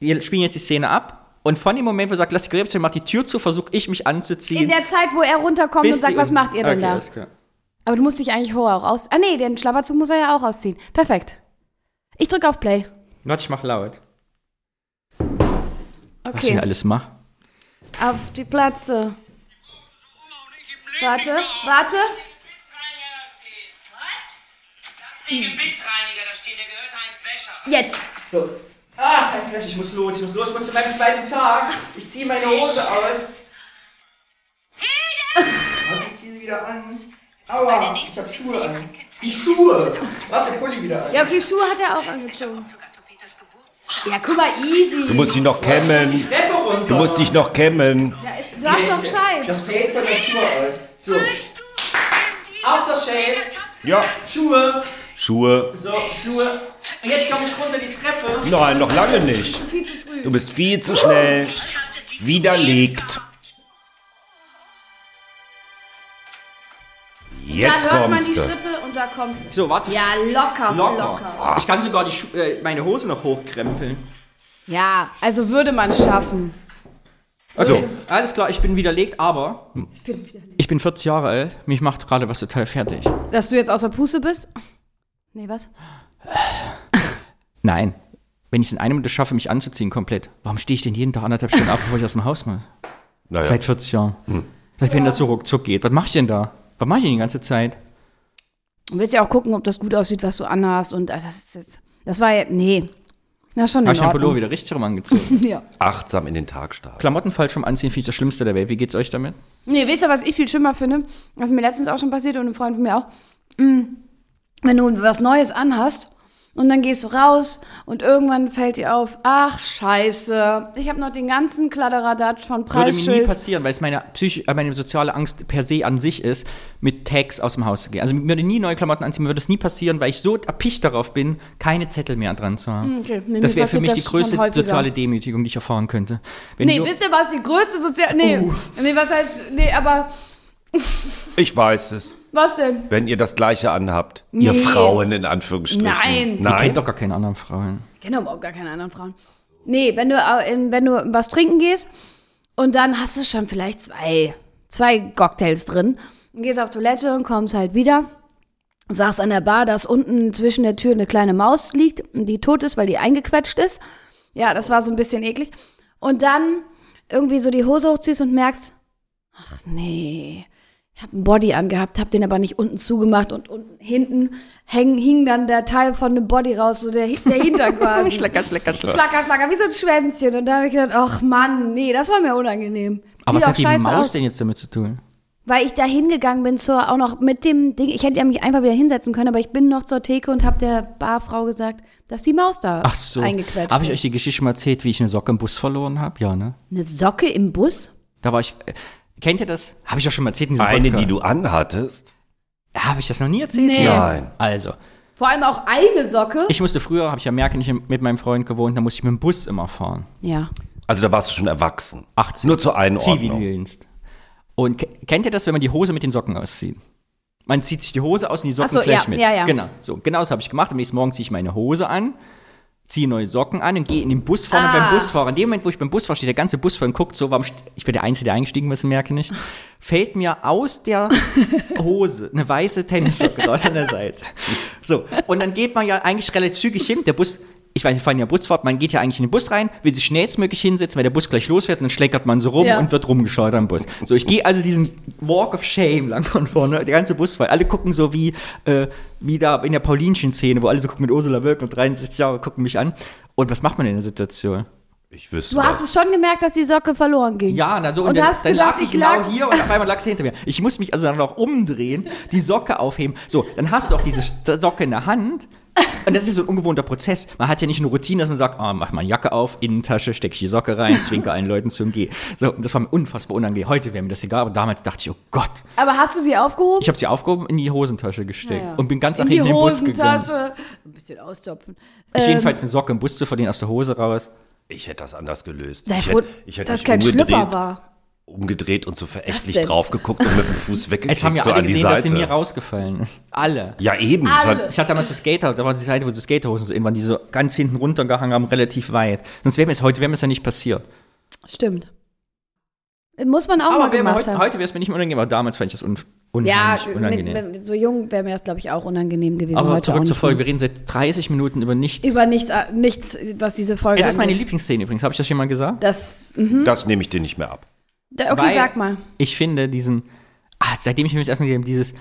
wir spielen jetzt die Szene ab und von dem Moment, wo er sagt, lass die Gräbchen, macht die Tür zu, versuche ich mich anzuziehen. in der Zeit, wo er runterkommt bis und sagt, sie- was macht ihr denn okay, da? alles klar. Aber du musst dich eigentlich vorher auch aus. Ah nee, den Schlapperzug muss er ja auch ausziehen. Perfekt. Ich drücke auf Play. Warte, ich mach laut. Was Okay. ich alles mach. Auf die Plätze. Warte, warte. Bissreiniger, da steht, der gehört Heinz Wäscher. Jetzt. Ah, ganz recht, ich muss los, ich muss los, ich muss zu meinem zweiten Tag. Ich ziehe meine Hose aus. zieh sie wieder an. Aua, ich hab Schuhe an. Die Schuhe! Warte, ich hol die wieder an. Ja, okay, Schuhe hat er auch angezogen. Ja, guck mal, easy. Du musst dich noch Die kämmen. Treppe runter! Du musst dich noch kämmen. Da ist, du hast doch Scheiß. Das fällt von der Tür, Alter. So. Aftershave, Ja. Schuhe, Schuhe. so, Schuhe. Und jetzt komme ich runter die Treppe. Nein, noch lange nicht. Du bist viel zu schnell. Widerlegt. Jetzt da hört man die kommst du. Schritte und da kommst du. So, warte. Ja, locker, locker. locker. Ich kann sogar die Schu äh, meine Hose noch hochkrempeln. Ja, also würde man schaffen. So, Also, alles klar, ich bin widerlegt, aber ich bin 40 Jahre alt, mich macht gerade was total fertig. Dass du jetzt außer Puste bist? Nee, was? Nein, wenn ich es in einer Minute schaffe, mich anzuziehen komplett, warum stehe ich denn jeden Tag anderthalb Stunden ab, bevor ich aus dem Haus muss? Naja. Seit 40 Jahren. Seit wenn das so ruckzuck geht, was mache ich denn da? Was mache ich denn die ganze Zeit? Du willst ja auch gucken, ob das gut aussieht, was du anhast und ah, das ist jetzt. Das war ja. Nee. Na schon. Habe In ich den Pullover Ordnung. wieder richtig rum angezogen. Ja. Achtsam in den Tag starten. Klamotten falsch rum anziehen finde ich das Schlimmste der Welt. Wie geht's euch damit? Nee, weißt du, was ich viel schlimmer finde? Was mir letztens auch schon passiert und ein Freund von mir auch. Mm, Wenn du was Neues anhast und dann gehst du raus und irgendwann fällt dir auf, ach scheiße, ich habe noch den ganzen Kladderadatsch von Würde mir nie Preisschild. passieren, weil es meine, psych äh, meine soziale Angst per se an sich ist, mit Tags aus dem Haus zu gehen. Also mir würde nie neue Klamotten anziehen, mir würde es nie passieren, weil ich so erpicht darauf bin, keine Zettel mehr dran zu haben. Hm, Okay, nee, das mir wäre passiert für mich das die größte schon häufiger. soziale Demütigung, die ich erfahren könnte. Wenn Nee, nur- wisst ihr was? Die größte soziale. Nee, Oh. nee, was heißt. Nee, aber Ich weiß es. was denn? Wenn ihr das Gleiche anhabt. Ihr Nee. Frauen in Anführungsstrichen. Nein. Ah, ich kenne Nein. doch gar keine anderen Frauen. Ich kenne überhaupt gar keine anderen Frauen. Nee, wenn du, äh, in- wenn du was trinken gehst und dann hast du schon vielleicht zwei, zwei Cocktails drin und gehst auf Toilette und kommst halt wieder. Sagst an der Bar, dass unten zwischen der Tür eine kleine Maus liegt, die tot ist, weil die eingequetscht ist. Ja, das war so ein bisschen eklig. Und dann irgendwie so die Hose hochziehst und merkst, ach nee, ich habe einen Body angehabt, habe den aber nicht unten zugemacht und unten hinten häng, hing dann der Teil von dem Body raus, so der, der hinter quasi. schlacker, schlacker, schlacker. Schlacker, schlacker, wie so ein Schwänzchen. Und da habe ich gedacht, ach Mann, nee, das war mir unangenehm. Aber Sieht was auch hat die scheiße Maus aus. denn jetzt damit zu tun? Weil ich da hingegangen bin zur, auch noch mit dem Ding, ich hätte mich einfach wieder hinsetzen können, aber ich bin noch zur Theke und habe der Barfrau gesagt, dass die Maus da Ach so. eingequetscht Habe ich ist. euch die Geschichte schon mal erzählt, wie ich eine Socke im Bus verloren habe? Ja, ne? Eine Socke im Bus? Da war ich. Äh, kennt ihr das? Habe ich doch schon mal erzählt in diesem Eine, die Podcast. du anhattest? Habe ich das noch nie erzählt? Nee. Nein. Also, Vor allem auch eine Socke? ich musste früher, habe ich ja merke nicht mit meinem Freund gewohnt, da musste ich mit dem Bus immer fahren. ja. Also da warst du schon erwachsen. 18. Nur zur Einordnung. Zivildienst. Und ke- kennt ihr das, wenn man die Hose mit den Socken auszieht? Man zieht sich die Hose aus und die Socken Ach so, gleich ja, mit. ja, ja. Genau, so, genau das habe ich gemacht. Am nächsten Morgen ziehe ich meine Hose an, ziehe neue Socken an und gehe in den Bus vorne Ah. beim Busfahrer. In dem Moment, wo ich beim Busfahrer stehe, der ganze Busfahrer und guckt so, warum st- ich bin der Einzige, der eingestiegen ist, merke nicht, fällt mir aus der Hose eine weiße Tennissocke raus an der Seite. So, und dann geht man ja eigentlich relativ zügig hin. Der Bus, ich weiß, wir fahren ja Busfahrt, man geht ja eigentlich in den Bus rein, will sich schnellstmöglich hinsetzen, weil der Bus gleich losfährt, und dann schlägert man so rum Ja. und wird rumgeschaut am Bus. So, ich gehe also diesen Walk of Shame lang von vorne, der ganze Busfahrt. Alle gucken so wie, äh, wie da in der Paulinchen-Szene, wo alle so gucken mit Ursula Wirken und 63 Jahre gucken mich an. Und was macht man in der Situation? Ich wüsste Du hast das. es schon gemerkt, dass die Socke verloren ging. Ja, na so, Und also, dann, hast dann gedacht, lag ich ich genau lag- hier und auf einmal lag sie hinter mir. Ich muss mich also dann noch umdrehen, die Socke aufheben. So, dann hast du auch diese Socke in der Hand. Und das ist so ein ungewohnter Prozess. Man hat ja nicht eine Routine, dass man sagt, ah, mach mal Jacke auf, Innentasche, stecke ich die Socke rein, zwinker allen Leuten zu und geh. So, und das war mir unfassbar unangenehm. Heute wäre mir das egal, aber damals dachte ich, oh Gott. Aber hast du sie aufgehoben? Ich habe sie aufgehoben, in die Hosentasche gesteckt Ja, ja. und bin ganz nach in hinten die in den Bus gegangen. Hosentasche. Ähm. Ein bisschen austopfen. Ich jedenfalls eine Socke im Bus zu verdienen, aus der Hose raus. Ich hätte das anders gelöst. Sei ich froh, hätte, ich hätte dass mich kein umgedreht, Schlüpper war. umgedreht und so verächtlich denn? draufgeguckt und mit dem Fuß weggekickt, Es haben ja so alle an die gesehen, dass Seite. sie mir rausgefallen ist. Alle. ja, eben. es Alle. Ich hatte damals so Skater, da war die Seite, wo so Skaterhosen so irgendwann, die so ganz hinten runtergehangen haben, relativ weit. Sonst wäre mir es heute wäre mir es ja nicht passiert. Stimmt. Muss man auch mal aber wär mir gemacht heute, haben. heute wäre es mir nicht mehr unangenehm, aber damals fand ich das un ja, unheimlich unangenehm. Mit, mit, so jung wäre mir das, glaube ich, auch unangenehm gewesen. aber heute auch zurück zur nicht Folge, mehr. wir reden seit 30 Minuten über nichts. Über nichts, äh, nichts, was diese Folge es ist meine angeht. Lieblingsszene übrigens, habe ich das schon mal gesagt? Das, mhm. Das nehme ich dir nicht mehr ab. Da- Okay, Weil- sag mal. Ich finde diesen, ah, seitdem ich mir das erstmal gegeben habe, dieses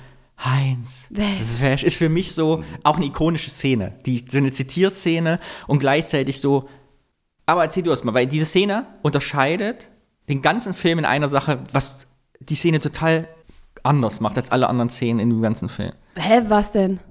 Heinz Wäsch. Wäsch ist für mich so auch eine ikonische Szene. Die, so eine Zitierszene und gleichzeitig so, aber erzähl du erst mal, weil diese Szene unterscheidet den ganzen Film in einer Sache, was die Szene total anders macht als alle anderen Szenen in dem ganzen Film. Hä, was denn?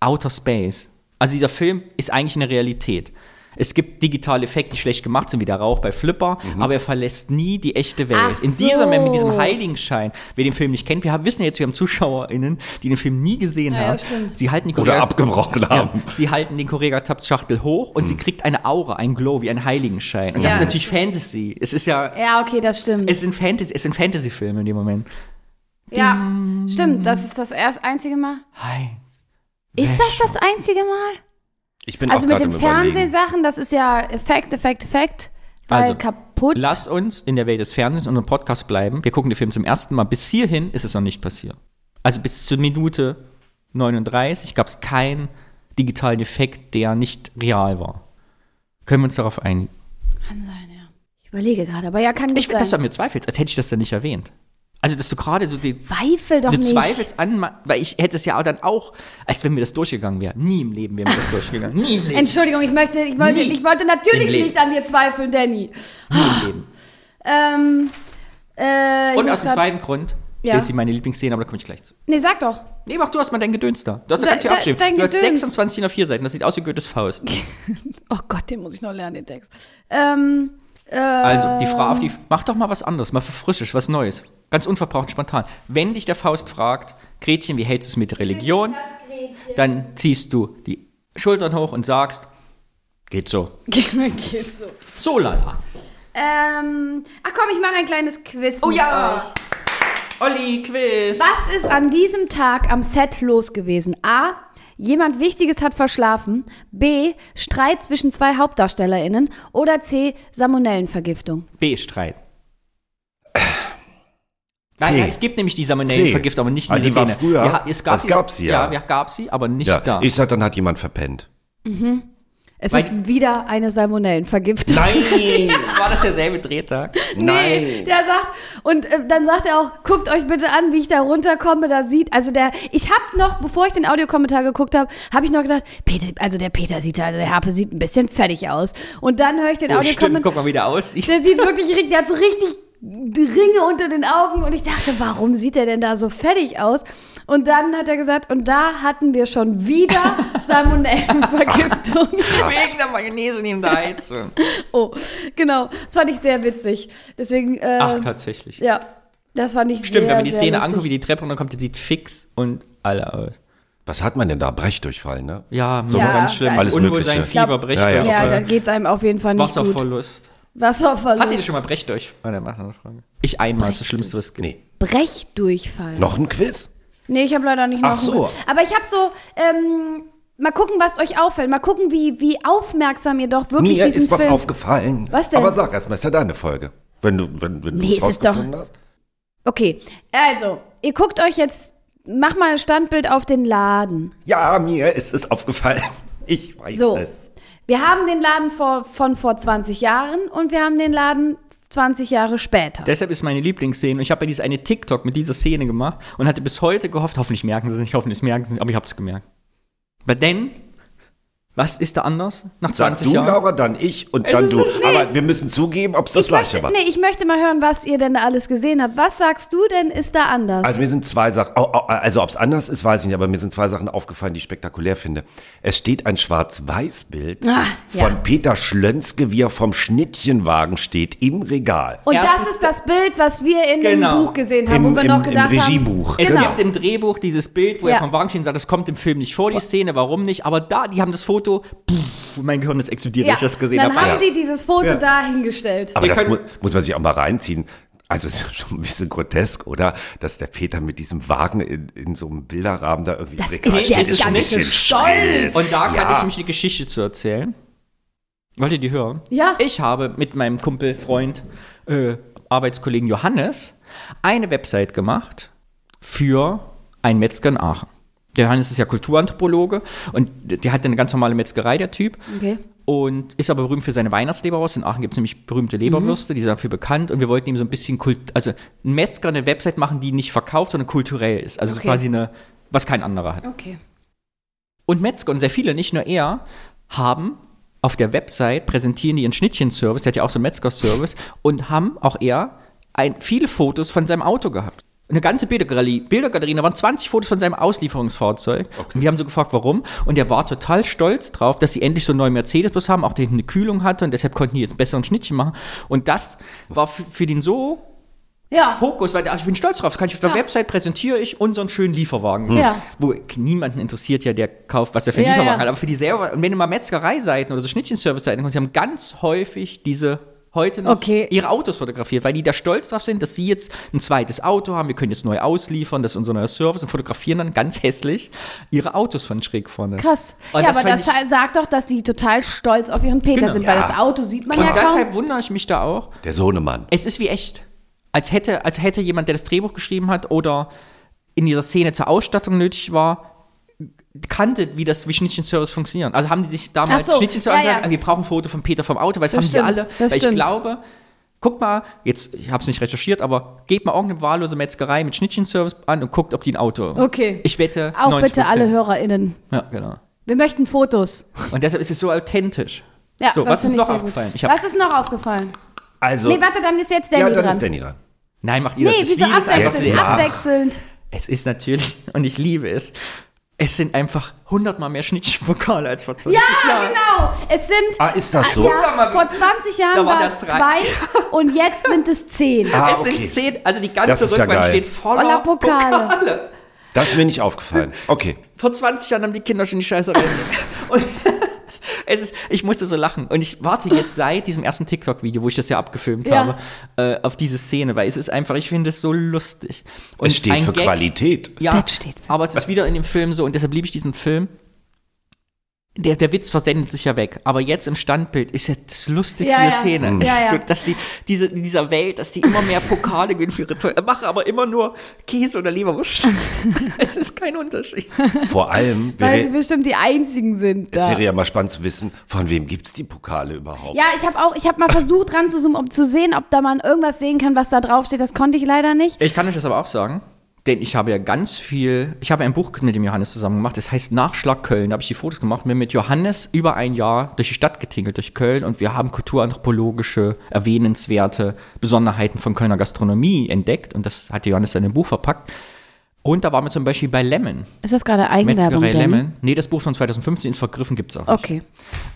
Outer Space. Also dieser Film ist eigentlich eine Realität. Es gibt digitale Effekte, die schlecht gemacht sind, wie der Rauch bei Flipper, aber er verlässt nie die echte Welt. Mhm. Ach In diesem, so. mit diesem Heiligenschein, wer den Film nicht kennt, wir haben, wissen jetzt, wir haben ZuschauerInnen, die den Film nie gesehen Ja, ja, haben. stimmt. Sie halten die Oder Chorea- abgebrochen haben. Mhm. Ja, sie halten den Korega-Taps-Schachtel hoch und sie kriegt eine Aura, ein Glow, wie ein Heiligenschein. Und das Ja. ist natürlich Fantasy. Es ist ja, Ja, okay, das stimmt. es sind Fantasy, es sind Fantasy-Filme in dem Moment. ja, stimmt. Das ist das erst einzige Mal. Heinz. Ist das das einzige Mal? Ich bin Also auch mit gerade den im Überlegen. Fernsehsachen, das ist ja Effekt, Effekt, Effekt. Weil Also, kaputt. Lasst uns in der Welt des Fernsehens und im Podcast bleiben. Wir gucken den Film zum ersten Mal. Bis hierhin ist es noch nicht passiert. Also bis zur Minute 39 gab es keinen digitalen Effekt, der nicht real war. Können wir uns darauf einigen? Kann sein, ja. Ich überlege gerade, aber ja, kann gut Ich finde, sein. dass du an mir zweifelst, als hätte ich das dann nicht erwähnt. Also, dass du gerade so die, Zweifel doch du nicht. zweifelst an, ma- weil ich hätte es ja auch dann auch, als wenn mir das durchgegangen wäre. Nie im Leben wäre mir das durchgegangen. Nie im Leben. Entschuldigung, ich möchte, ich wollte, Nie ich wollte im natürlich Leben. nicht an dir zweifeln, Danny. Ah. Nie im Leben. Ähm, äh, ich Und muss aus dem grad- zweiten Grund, Ja. das ist meine Lieblingsszene, aber da komme ich gleich zu. Nee, sag doch. Nee, mach du hast mal dein Gedöns da. Du hast De- ja ganz viel de- aufgeschrieben. dein Du hast Gedöns. 26 in vier Seiten. Das sieht aus wie Goethes Faust. Oh Gott, den muss ich noch lernen, den Text. Ähm, äh, Also, die Frage auf die. Mach doch mal was anderes, mal verfrischig, was Neues. Ganz unverbraucht, spontan. Wenn dich der Faust fragt, Gretchen, wie hältst du es mit Religion? Dann ziehst du die Schultern hoch und sagst, geht so. geht so. So, lala. Ähm, ach komm, ich mache ein kleines Quiz Oh mit ja. euch. Olli, Quiz. Was ist an diesem Tag am Set los gewesen? A. Jemand Wichtiges hat verschlafen. B. Streit zwischen zwei HauptdarstellerInnen. Oder C. Salmonellenvergiftung. B-Streit. Nein, ja, es gibt nämlich die Salmonellenvergiftung, aber nicht in Ah, die dieser war Szene. früher. Wir ha- es gab Das sie, gab sie, ja. Ja, wir gab sie, aber nicht Ja. da. Ich sag, dann hat jemand verpennt. Es Weil- ist wieder eine Salmonellenvergiftung. Nein! War das derselbe Drehtag? Nee, der sagt, und äh, dann sagt er auch, guckt euch bitte an, wie ich da runterkomme, da sieht, also der, ich habe noch, bevor ich den Audiokommentar geguckt habe, habe ich noch gedacht, Peter, also der Peter sieht da, der Harpe sieht ein bisschen fertig aus. Und dann höre ich den Oh, stimmt, Audiokommentar, guck mal, wie der aussieht. der sieht wirklich, richtig- der hat so richtig Ringe unter den Augen und ich dachte, warum sieht er denn da so fertig aus? Und dann hat er gesagt, und da hatten wir schon wieder Salmonellenvergiftung. Wegen der Mayonnaise neben der Heizung. oh, genau, das fand ich sehr witzig. Deswegen, äh, Ach, tatsächlich. Ja, das fand ich Stimmt, sehr, wenn man die sehr Szene lustig. anguckt, wie die Treppe runterkommt, die sieht fix und alle aus. Was hat man denn da? Brechdurchfall, ne? Ja, Ja, ganz schlimm. alles Unwohlsein, Mögliche. Fieber, Brech, Ja, ja. Durchfall, Ja, da geht's einem auf jeden Fall nicht gut. Wasserverlust. Wasserverlust. Hat ihr schon mal Brech durch? Oh, dann mach noch eine Frage. Ich einmal, das ist das Schlimmste, was es gibt. Nee. Brechdurchfall. Noch ein Quiz? Nee, ich habe leider nicht Ach noch. einen so. Griff. Aber ich habe so, ähm, mal gucken, was euch auffällt. Mal gucken, wie, wie aufmerksam ihr doch wirklich Mir diesen ist was Film... aufgefallen. Was denn? Aber sag erst mal, ist ja deine Folge. Wenn du, wenn, wenn du Nee, es es ist doch- rausgefunden hast. Okay, also, ihr guckt euch jetzt... Mach mal ein Standbild auf den Laden. Ja, mir ist es aufgefallen. Ich weiß So. es. Wir haben den Laden vor, von vor 20 Jahren und wir haben den Laden 20 Jahre später. Deshalb ist meine Lieblingsszene. Und ich habe ja diese eine TikTok mit dieser Szene gemacht und hatte bis heute gehofft, hoffentlich merken sie es nicht, hoffentlich merken sie es nicht, aber ich habe es gemerkt. Aber denn, was ist da anders? Nach Sag 20 du, Jahren? Laura, dann ich und dann ist du. nicht- nee. Aber wir müssen zugeben, ob es das ich gleiche möchte, war. nee, ich möchte mal hören, was ihr denn da alles gesehen habt. Was sagst du denn, ist da anders? Also mir sind zwei Sachen, au- au- also ob es anders ist, weiß ich nicht, aber mir sind zwei Sachen aufgefallen, die ich spektakulär finde. Es steht ein Schwarz-Weiß-Bild Ah, ja. von Peter Schlönske, wie er vom Schnittchenwagen steht, im Regal. und das Erstens- ist das Bild, was wir in Genau. dem Buch gesehen haben, Im- wo wir im- noch im gedacht Regiebuch. haben. Es Genau. gibt im Drehbuch dieses Bild, wo Ja. er vom Wagen steht und sagt, das kommt im Film nicht vor, die Szene, warum nicht? Aber da, die haben das Foto, pff, mein Gehirn ist explodiert, als ich das gesehen dann habe. haben die dieses Foto Ja. da hingestellt. Aber Wir das mu können- muss man sich auch mal reinziehen. Also es ist schon ein bisschen grotesk, oder? Dass der Peter mit diesem Wagen in, in so einem Bilderrahmen da irgendwie Das im Regal ist- der ist schon ganz schön schräg. Und da kann Ja. ich mich eine Geschichte zu erzählen. Wollt ihr die hören? Ja. Ich habe mit meinem Kumpel, Freund, äh, Arbeitskollegen Johannes eine Website gemacht für einen Metzger in Aachen. Der Johannes ist ja Kulturanthropologe und der hat eine ganz normale Metzgerei, der Typ. Okay. Und ist aber berühmt für seine Weihnachtsleberwurst. In Aachen gibt es nämlich berühmte Leberwürste, Mhm. die sind dafür bekannt. Und wir wollten ihm so ein bisschen Kult, also ein Metzger eine Website machen, die nicht verkauft, sondern kulturell ist. Also Okay. quasi eine, was kein anderer hat. Okay. Und Metzger und sehr viele, nicht nur er, haben auf der Website präsentieren die ihren Schnittchen-Service, der hat ja auch so einen Metzger-Service, und haben auch er ein, viele Fotos von seinem Auto gehabt. Und eine ganze Bildergalerie, Bildergalerie, da waren 20 Fotos von seinem Auslieferungsfahrzeug. Und wir haben so gefragt, warum. Und er war total stolz drauf, dass sie endlich so einen neuen Mercedes-Bus haben, auch der hinten eine Kühlung hatte und deshalb konnten die jetzt besseren Schnittchen machen. Und das war für, für den so Ja. Fokus, weil also ich bin stolz drauf. Das kann ich auf der Ja. Website präsentiere ich unseren schönen Lieferwagen. Ja. Wo niemanden interessiert ja, der kauft, was er für einen Ja, Lieferwagen ja. hat. Aber für die selber, und wenn du mal Metzgereiseiten oder so Schnittchenservice-Seiten kommst, die haben ganz häufig diese heute noch Okay. ihre Autos fotografiert, weil die da stolz drauf sind, dass sie jetzt ein zweites Auto haben, wir können jetzt neu ausliefern, das ist unser neuer Service und fotografieren dann ganz hässlich ihre Autos von schräg vorne. Krass. Und ja, das aber fand das ich- sagt doch, dass die total stolz auf ihren Peter Genau. sind, weil das Auto sieht man ja Und kaum. deshalb wundere ich mich da auch, Der Sohnemann. Es ist wie echt. Als hätte, als hätte jemand, der das Drehbuch geschrieben hat oder in dieser Szene zur Ausstattung nötig war, kannte, wie das wie Schnittchenservice funktionieren. Also haben die sich damals Ach so, Schnittchenservice ja, ja. gesagt, wir brauchen ein Foto von Peter vom Auto, weil das, Das haben stimmt, wir alle. das Weil stimmt. ich glaube, guck mal, jetzt, ich habe es nicht recherchiert, aber gebt mal irgendeine wahllose Metzgerei mit Schnittchenservice an und guckt, ob die ein Auto haben. Okay. Ich wette, Auch 90%. bitte alle HörerInnen. Ja, genau. Wir möchten Fotos. Und deshalb ist es so authentisch. Ja, so, das was ist finde ich noch sehr gut. aufgefallen? Ich hab, was ist noch aufgefallen? Also, Nee, warte, dann ist jetzt ja, Danny dann dran. ist Danny dran. nein, macht ihr nee, das. Ich wieso liebe es einfach abwechselnd? sehr. Abwechselnd. Es ist natürlich, und ich liebe es, es sind einfach hundertmal mehr Schnittchenpokale als vor 20 Ja, Jahren. genau. Es sind Ah, ist das so? Guck doch ja, mal, wie- vor 20 Jahren Da waren war es das drei. zwei und jetzt sind es zehn. Ah, es okay. sind zehn, also die Das ganze ist ja Rückwand geil. steht voller Voller Pokale. Pokale. Das ist mir nicht aufgefallen. Okay. Vor 20 Jahren haben die Kinder schon die Scheiße rein. und es ist, ich musste so lachen. Und ich warte jetzt seit diesem ersten TikTok-Video, wo ich das ja abgefilmt Ja. habe, äh, auf diese Szene, weil es ist einfach, ich finde es so lustig. Und Es steht ein für Gag- Qualität. Ja, Das steht für- aber es ist wieder in dem Film so und deshalb liebe ich diesen Film. Der, der Witz versendet sich ja weg, aber jetzt im Standbild ist ja das Lustigste Ja, der ja. Szene. Mhm. Es ist Ja, ja. So, dass die, diese, in dieser Welt, dass die immer mehr Pokale gewinnen für ihre Toy machen aber immer nur Käse oder Leberwurst. es ist kein Unterschied. Vor allem Weil sie wäre, bestimmt die einzigen sind. es Da. wäre ja mal spannend zu wissen, von wem gibt es die Pokale überhaupt? Ja, ich habe auch, ich habe mal versucht ranzuzoomen, um zu sehen, ob da man irgendwas sehen kann, was da draufsteht. Das konnte ich leider nicht. Ich kann euch das aber auch sagen, denn ich habe ja ganz viel, ich habe ein Buch mit dem Johannes zusammen gemacht, das heißt Nachschlag Köln, da habe ich die Fotos gemacht, bin mit Johannes über ein Jahr durch die Stadt getingelt, durch Köln und wir haben kulturanthropologische, erwähnenswerte Besonderheiten von Kölner Gastronomie entdeckt und das hat der Johannes dann in ein Buch verpackt. Und da waren wir zum Beispiel bei Lemon, Ist das gerade Eigenwerbung? Metzgerei Danny? Lemon. Nee, das Buch von 2015 ist vergriffen, gibt's auch. nicht. Okay.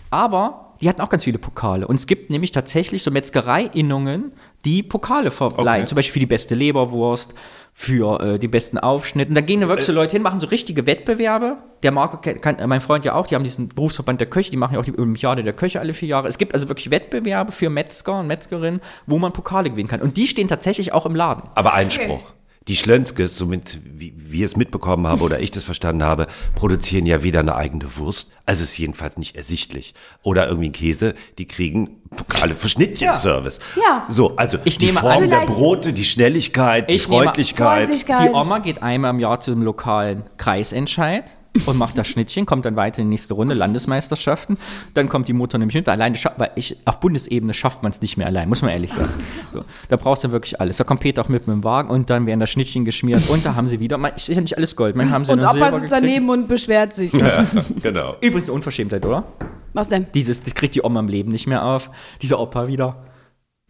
Aber die hatten auch ganz viele Pokale. Und es gibt nämlich tatsächlich so Metzgereiinnungen, die Pokale verleihen. Zum Beispiel für die beste Leberwurst, für äh, den besten Aufschnitt. Und da gehen dann wirklich so Leute hin, machen so richtige Wettbewerbe. Der Marco kennt, kann, äh, mein Freund ja auch, die haben diesen Berufsverband der Köche, die machen ja auch die Olympiade der Köche alle vier Jahre. Es gibt also wirklich Wettbewerbe für Metzger und Metzgerinnen, wo man Pokale gewinnen kann. Und die stehen tatsächlich auch im Laden. Aber Einspruch. Die Schlönskes, somit wie wir es mitbekommen haben oder ich das verstanden habe, produzieren ja weder eine eigene Wurst, also ist jedenfalls nicht ersichtlich, oder irgendwie einen Käse, die kriegen Pokale für Schnittchenservice. Ja. So, also Ich die nehme Form an- der Vielleicht- Brote, die Schnelligkeit, die Ich nehme- Freundlichkeit. Freundlichkeit. Die Oma geht einmal im Jahr zu dem lokalen Kreisentscheid und macht das Schnittchen, kommt dann weiter in die nächste Runde, Landesmeisterschaften. Dann kommt die Mutter nämlich mit, weil alleine scha- weil ich, auf Bundesebene schafft man es nicht mehr allein, muss man ehrlich sagen. So, da brauchst du wirklich alles. Da kommt Peter auch mit mit dem Wagen und dann werden das Schnittchen geschmiert und da haben sie wieder, man, ist ja nicht alles Gold, man haben sie Und nur Opa Silber sitzt gekriegt. daneben und beschwert sich. Genau. Übrigens eine Unverschämtheit, oder? Was denn? Dieses, das kriegt die Oma im Leben nicht mehr auf. Dieser Opa wieder.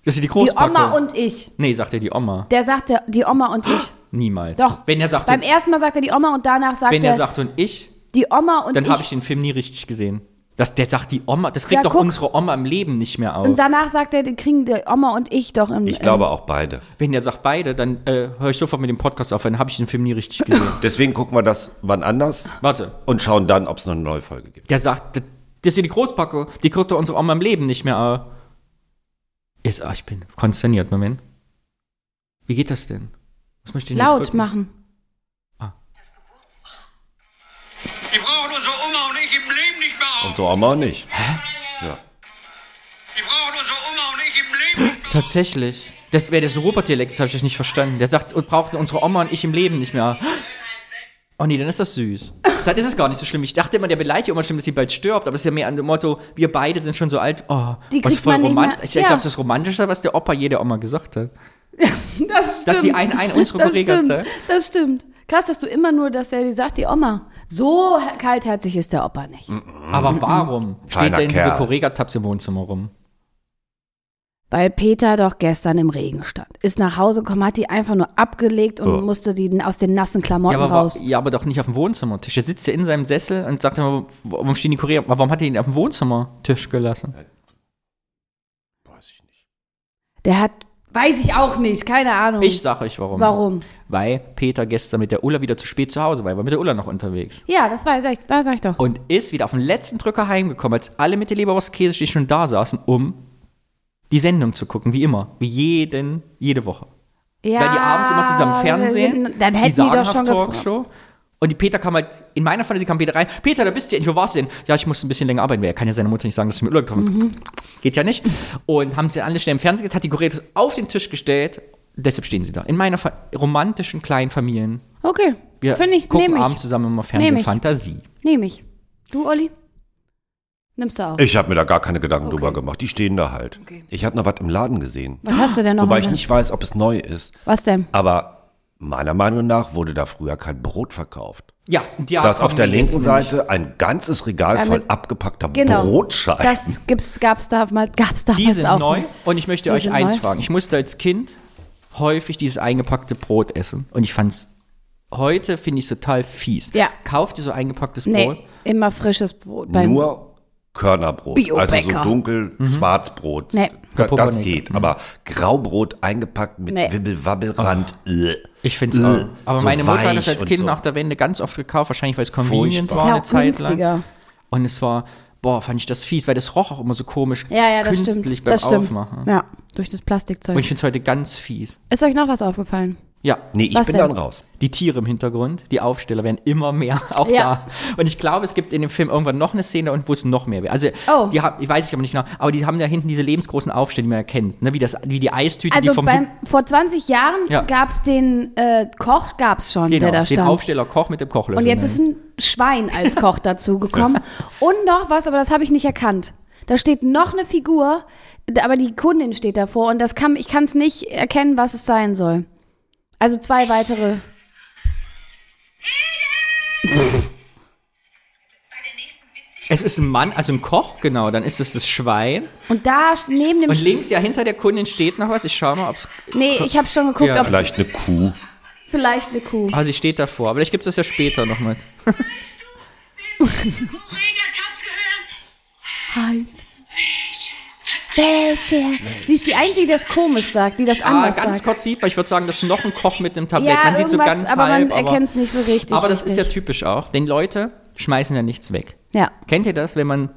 Das ist die Die Großpackung. Oma und ich. Nee, sagt er die Oma. Der sagt, der, die Oma und ich. Niemals. Doch. Wenn er sagt, Beim und, ersten Mal sagt er die Oma und danach sagt wenn er er sagt und ich, die Oma und dann habe ich ich. den Film nie richtig gesehen. Das, der sagt, die Oma, das kriegt Ja, doch guck. unsere Oma im Leben nicht mehr auf. Und danach sagt er, die kriegen die Oma und ich doch im. Ich glaube auch beide. Wenn der sagt beide, dann äh, höre ich sofort mit dem Podcast auf, dann habe ich den Film nie richtig gesehen. Deswegen gucken wir das wann anders Warte. und schauen dann, ob es noch eine neue Folge gibt. Der sagt, das das ist hier die Großpacke, die kriegt doch unsere Oma im Leben nicht mehr auf. Ist, ah, ich bin konsterniert, Moment. Wie geht das denn? Was möchte ich ähm, denn laut drücken? machen. Die brauchen unsere Oma und ich im Leben nicht mehr auf. Und so auch mal nicht. Die brauchen unsere Oma und ich im Leben nicht mehr Tatsächlich. Das wäre der so Robert-Dialekt, das habe ich euch nicht verstanden. Der sagt, und braucht unsere Oma und ich im Leben nicht mehr. Oh nee, dann ist das süß. Dann ist es gar nicht so schlimm. Ich dachte immer, der beleidigt die Oma schlimm, dass sie bald stirbt, aber es ist ja mehr an dem Motto, wir beide sind schon so alt. Oh, Die was kriegt man nicht romantisch. mehr- Ich ja. glaube, das ist romantischer, was der Opa jeder Oma gesagt hat. Das stimmt. Dass die ein- ein unsere das geregelt, stimmt. ja? Das stimmt. Krass, dass du immer nur, dass er dir sagt, die Oma. So kaltherzig ist der Opa Mhm. nicht. Aber warum steht Mhm. Feiner denn diese Kerl. Korega-Tabs im Wohnzimmer rum? weil Peter doch gestern im Regen stand. Ist nach Hause gekommen, hat die einfach nur abgelegt und musste die aus den nassen Klamotten Oh. Ja aber, wa- raus. ja, aber doch nicht auf dem Wohnzimmertisch. Er sitzt ja in seinem Sessel und sagt immer, warum stehen die Kurier? Warum hat er ihn auf dem Wohnzimmertisch gelassen? Der hat, weiß ich auch nicht, keine Ahnung. Ich sag euch warum. Warum? Weil Peter gestern mit der Ulla wieder zu spät zu Hause war. Er war mit der Ulla noch unterwegs. Ja, das weiß ich, das sag ich doch. Und ist wieder auf den letzten Drücker heimgekommen, als alle mit der Leberwurst-Käse schon da saßen, um die Sendung zu gucken, wie immer. Wie jeden, jede Woche. ja, weil die abends immer zusammen Fernsehen. Dann die hätten die doch sagenhaft schon gefragt. Talkshow. Und die Peter kam halt, in meiner Fantasie kam Peter rein. Peter, da bist du ja, wo warst du denn? Ja, ich musste ein bisschen länger arbeiten, weil er kann ja seiner Mutter nicht sagen, dass ich mit Urlaub getroffen Mhm. habe. Geht ja nicht. Und haben sie alle schnell im Fernsehen gesetzt, hat die Kuretos auf den Tisch gestellt. Deshalb stehen sie da. In meiner fa- romantischen kleinen Familien. Okay, Wir finde ich, gucken nehme abends ich. zusammen immer Fernsehen ich. Fantasie. Nehme ich. Du, Olli? Nimmst du auf. Ich habe mir da gar keine Gedanken drüber gemacht. Die stehen da halt. Ich habe noch was im Laden gesehen. Was hast du denn noch? Wobei ich mit? nicht weiß, ob es neu ist. Was denn? Aber meiner Meinung nach wurde da früher kein Brot verkauft. Ja, und die da ist auf kommen der die linken jetzt Seite ein ganzes Regal Ja, voll mit- abgepackter Genau. Brotscheiben. Das gibt's, gab's damals, gab's damals Die sind auch. neu und ich möchte Die euch sind eins neu. fragen. Ich musste als Kind häufig dieses eingepackte Brot essen und ich fand's heute finde ich total fies. Ja. Kauft ihr so eingepacktes Nee, Brot? immer frisches Brot. Beim Nur Körnerbrot. Biobäcker. Also so dunkel Mhm. Schwarzbrot. Nee. Da, das Kapubernik. geht. Aber Graubrot eingepackt mit Nee. Wibbelwabbelrand. äh. Ich finde es Äh, auch. Aber so meine Mutter hat weich das als und Kind so. nach der Wende ganz oft gekauft, wahrscheinlich weil es convenient Furchtbar. war Ist ja eine auch Zeit lang. günstiger. Und es war, boah, fand ich das fies, weil das roch auch immer so komisch ja, ja, das künstlich stimmt. beim das stimmt. Aufmachen. Ja, durch das Und Plastikzeug. ich finde es heute ganz fies. Ist euch noch was aufgefallen? Ja. Nee, ich Was bin denn? dann raus. die Tiere im Hintergrund, die Aufsteller werden immer mehr auch Ja. da. Und ich glaube, es gibt in dem Film irgendwann noch eine Szene und wo es noch mehr wird. Also Oh. die haben, ich weiß ich aber nicht genau, aber die haben da hinten diese lebensgroßen Aufsteller, die man erkennt, ne? wie das, wie die Eistüte, die Also vom beim, vor 20 Jahren Ja. gab's den äh, Koch, gab's schon, genau, der da den stand. Aufsteller Koch mit dem Kochlöffel. Und jetzt ist ein Schwein als Koch dazu gekommen. Und noch was, aber das habe ich nicht erkannt. Da steht noch eine Figur, aber die Kundin steht davor und das kann, ich kann es nicht erkennen, was es sein soll. Also zwei weitere. es ist ein Mann, also ein Koch, genau, dann ist es das Schwein. Und da neben dem Und Sch- links, ja, hinter der Kundin steht noch was. Ich schau mal, ob es. Nee, ich habe schon geguckt, Ja. ob Vielleicht eine Kuh. vielleicht eine Kuh. Ah, sie steht davor. Aber vielleicht gibt es das ja später nochmal. Kollege, kannst gehört? Heiß. Welche? Sie ist die Einzige, die das komisch sagt, die das Ah, anders ganz sagt. kurz sieht man, ich würde sagen, das ist noch ein Koch mit einem Tablett. Ja, man sieht so irgendwas, ganz aber halb, man erkennt es nicht so richtig. Aber das richtig. ist ja typisch auch, denn Leute schmeißen ja nichts weg. Ja. Kennt ihr das, wenn man.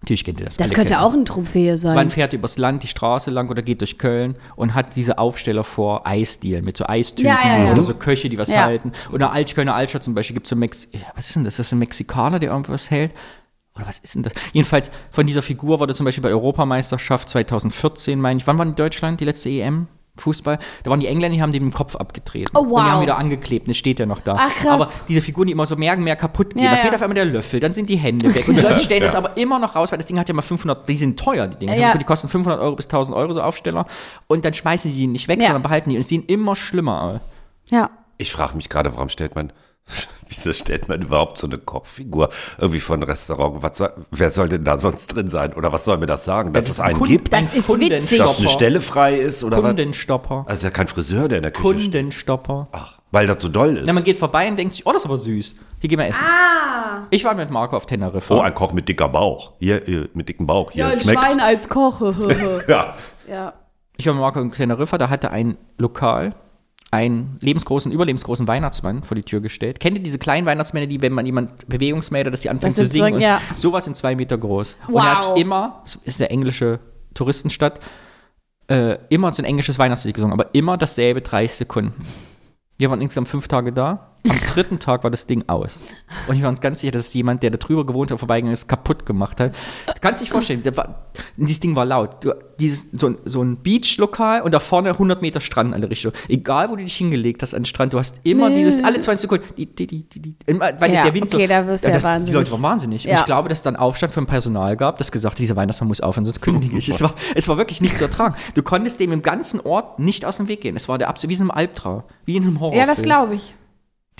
Natürlich kennt ihr das. Das alle könnte kennen auch eine Trophäe sein. Man fährt übers Land, die Straße lang oder geht durch Köln und hat diese Aufsteller vor Eisdielen mit so Eistüten Ja, ja, ja. oder so Köche, die was Ja. halten. Oder Altkölner Altstadt zum Beispiel gibt es so Mex ja, was ist denn das? Ist das ein Mexikaner, der irgendwas hält? Oder was ist denn das? Jedenfalls, von dieser Figur wurde zum Beispiel bei Europameisterschaft 2014, meine ich, wann war in Deutschland die letzte EM? Fußball, da waren die Engländer, die haben dem den Kopf abgetreten. Oh, Und wow. die haben wieder angeklebt, das steht ja noch da. Ach, krass. Aber diese Figuren, die immer so mehr und mehr kaputt gehen, Ja, da ja. fehlt auf einmal der Löffel, dann sind die Hände weg. Und die Leute stellen das aber immer noch raus, weil das Ding hat ja mal 500, die sind teuer, die Dinge. Ich hab Ja. geguckt, Die kosten 500 Euro bis 1000 Euro so Aufsteller und dann schmeißen die die nicht weg, Ja. sondern behalten die und es sehen immer schlimmer aus. ja. Ich frage mich gerade, warum stellt man, wieso stellt man überhaupt so eine Kochfigur irgendwie von Restaurant? Was soll, wer soll denn da sonst drin sein? Oder was soll mir das sagen, dass es einen gibt? Das ist witzig. Dass eine Stelle frei ist oder was? Kundenstopper. Also ist ja kein Friseur, der in der Küche steht. Kundenstopper. Ach, weil das so doll ist. Na, man geht vorbei und denkt sich, oh, das ist aber süß. Hier gehen wir essen. Ah. Ich war mit Marco auf Teneriffa. oh, ein Koch mit dicker Bauch. Hier, äh, mit dickem Bauch. Hier Ja, ein schmeckt's. Schwein als Koch. Ja. ja. Ich war mit Marco in Teneriffa, da hatte ein Lokal einen lebensgroßen, überlebensgroßen Weihnachtsmann vor die Tür gestellt. Kennt ihr diese kleinen Weihnachtsmänner, die, wenn man jemand Bewegungsmelder, dass die anfängt Das zu ist singen? so- ja. und Sowas in zwei Meter groß. Und er hat Wow. immer, es ist eine englische Touristenstadt, äh, immer so ein englisches Weihnachtslied gesungen, aber immer dasselbe 30 Sekunden. Wir waren insgesamt fünf Tage da. Am dritten Tag war das Ding aus. Und ich war uns ganz sicher, dass es jemand, der da drüber gewohnt hat, vorbeigegangen ist, kaputt gemacht hat. Du kannst dich vorstellen, der war, dieses Ding war laut. Du, dieses, so, ein, so ein Beach-Lokal und da vorne 100 Meter Strand in alle Richtungen. Egal, wo du dich hingelegt hast an den Strand, du hast immer dieses, alle 20 Sekunden, die, die, die, die, die, immer, weil Ja, der Wind so, okay, da wirst du ja das- Die wahnsinnig. Leute waren wahnsinnig. Und Ja. ich glaube, dass es dann Aufstand vom Personal gab, das gesagt hat, dieser Weihnachtsmann muss aufhören, sonst kündige ich. Es war, es war wirklich nicht zu ertragen. Du konntest dem im ganzen Ort nicht aus dem Weg gehen. Es war der absolute, wie in einem Albtraum, wie in einem Horror. ja, das glaube ich.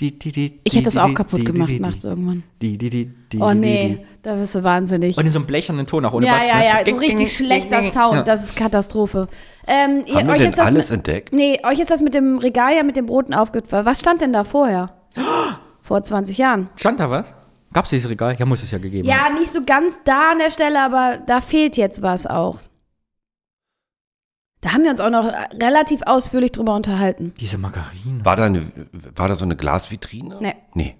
Die, die, die, Ich die, hätte das die, auch Oh, die, kaputt die, die, gemacht die, nachts die, irgendwann. Die, die, die, die, Oh, die, nee. die, Da wirst du wahnsinnig. Und in so einem blechernen Ton auch ohne Ja, Bass. ja, ne? ja, so Ding, ding, richtig schlechter ding, ding. Sound. Ja. Das ist Katastrophe. Ähm, ihr, Haben wir denn das alles mit, entdeckt? Nee, euch ist das mit dem Regal ja mit den Broten aufgefallen. Was stand denn da vorher? Vor 20 Jahren. Stand da was? Gab's dieses Regal? Ja, muss es ja gegeben haben. Ja, nicht so ganz da an der Stelle, aber da fehlt jetzt was auch. Da haben wir uns auch noch äh, relativ ausführlich drüber unterhalten. Diese Margarine. War da, eine, war da so eine Glasvitrine? Nee. Nee.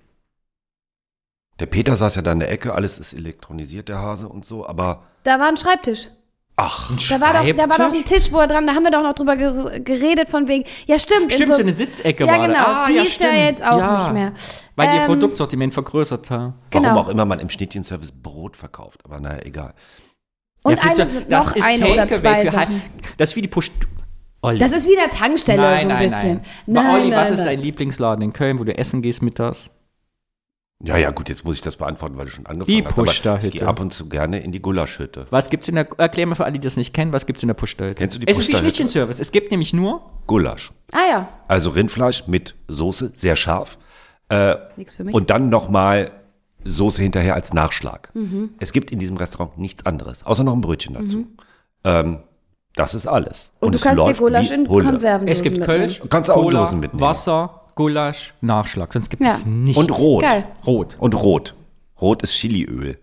Der Peter saß ja da in der Ecke, alles ist elektronisiert, der Hase und so, aber Da war ein Schreibtisch. ach, Da war, doch, da war doch ein Tisch, wo er dran, da haben wir doch noch drüber ger- geredet von wegen, ja stimmt. in Stimmt, so eine Sitzecke Ja war da. genau, Ah, die ja, ist ja stimmt. jetzt auch Ja. nicht mehr. Weil die ihr Ähm, Produktsortiment vergrößert haben. warum genau. auch immer man im Schnittchenservice Brot verkauft, aber naja, egal. Und fühlst eine, du- sind noch eine oder Takeaway zwei für Hal- Sachen. Das ist wie die Push... Olli. Das ist wieder Tankstelle nein, so ein nein, bisschen. Nein. Aber Olli, was nein, ist nein. dein Lieblingsladen in Köln, wo du essen gehst mittags? Ja, ja, gut, jetzt muss ich das beantworten, weil du schon angefangen Die hast. aber Pushta-Hütte. Ich gehe ab und zu gerne in die Gulaschhütte. Was gibt's in der... Erklär mal für alle, die das nicht kennen, was gibt's in der Push-Dölte? Kennst du die Es ist wie Push-Dölte? Schnittchen-Service. Es gibt nämlich nur... Gulasch. Ah ja, Also Rindfleisch mit Soße, sehr scharf. nichts für mich. Und dann nochmal Soße hinterher als Nachschlag. Mhm. Es gibt in diesem Restaurant nichts anderes, außer noch ein Brötchen dazu. Ähm, das ist alles. Und du es kannst dir läuft Gulasch wie in Hulle. Konserven Es gibt Kölsch, Kannst du auch Cola, Dosen mitnehmen. Wasser, Gulasch, Nachschlag. Sonst gibt Ja. es nichts. Und rot. Geil. Rot. Und rot. Rot ist Chiliöl.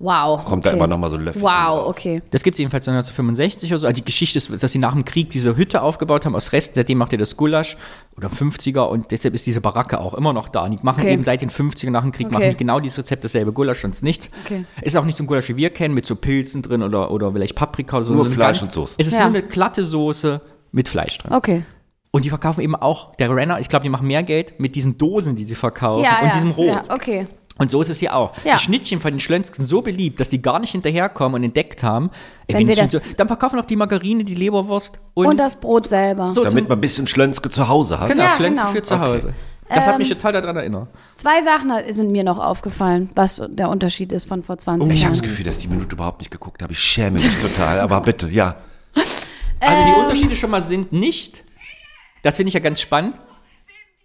Wow. Kommt da immer noch mal so ein Löffelchen Wow, drauf. okay. Das gibt es jedenfalls 1965 oder so. Also die Geschichte ist, dass sie nach dem Krieg diese Hütte aufgebaut haben aus Resten. Seitdem macht ihr das Gulasch oder 50er und deshalb ist diese Baracke auch immer noch da. Und die machen Okay. eben seit den 50er nach dem Krieg Okay. machen die genau dieses Rezept dasselbe Gulasch, sonst nichts. Okay. Ist auch nicht so ein Gulasch, wie wir kennen, mit so Pilzen drin oder, oder vielleicht Paprika oder so. Nur so eine Fleisch und Soße. Es ist Ja. nur eine glatte Soße mit Fleisch drin. Okay. Und die verkaufen eben auch, der Renner, ich glaube, die machen mehr Geld mit diesen Dosen, die sie verkaufen Ja, und ja, diesem Rot. Ja, okay. Und so ist es hier auch. Ja. Die Schnittchen von den Schlönskes sind so beliebt, dass die gar nicht hinterherkommen und entdeckt haben. ey, Wenn wir schon das- so, dann verkaufen noch die Margarine, die Leberwurst und, Und das Brot selber. so Damit man ein bisschen Schlönzke zu Hause hat. Genau, Ja, Schlönske genau. Ähm, für zu Hause. Das hat mich total daran erinnert. Zwei Sachen sind mir noch aufgefallen, was der Unterschied ist von vor 20 Oh, Ich habe das Jahren. Gefühl, dass die Minute überhaupt nicht geguckt habe. Ich schäme mich total. Aber bitte, ja. Also ähm, die Unterschiede schon mal sind nicht, das finde ich ja ganz spannend,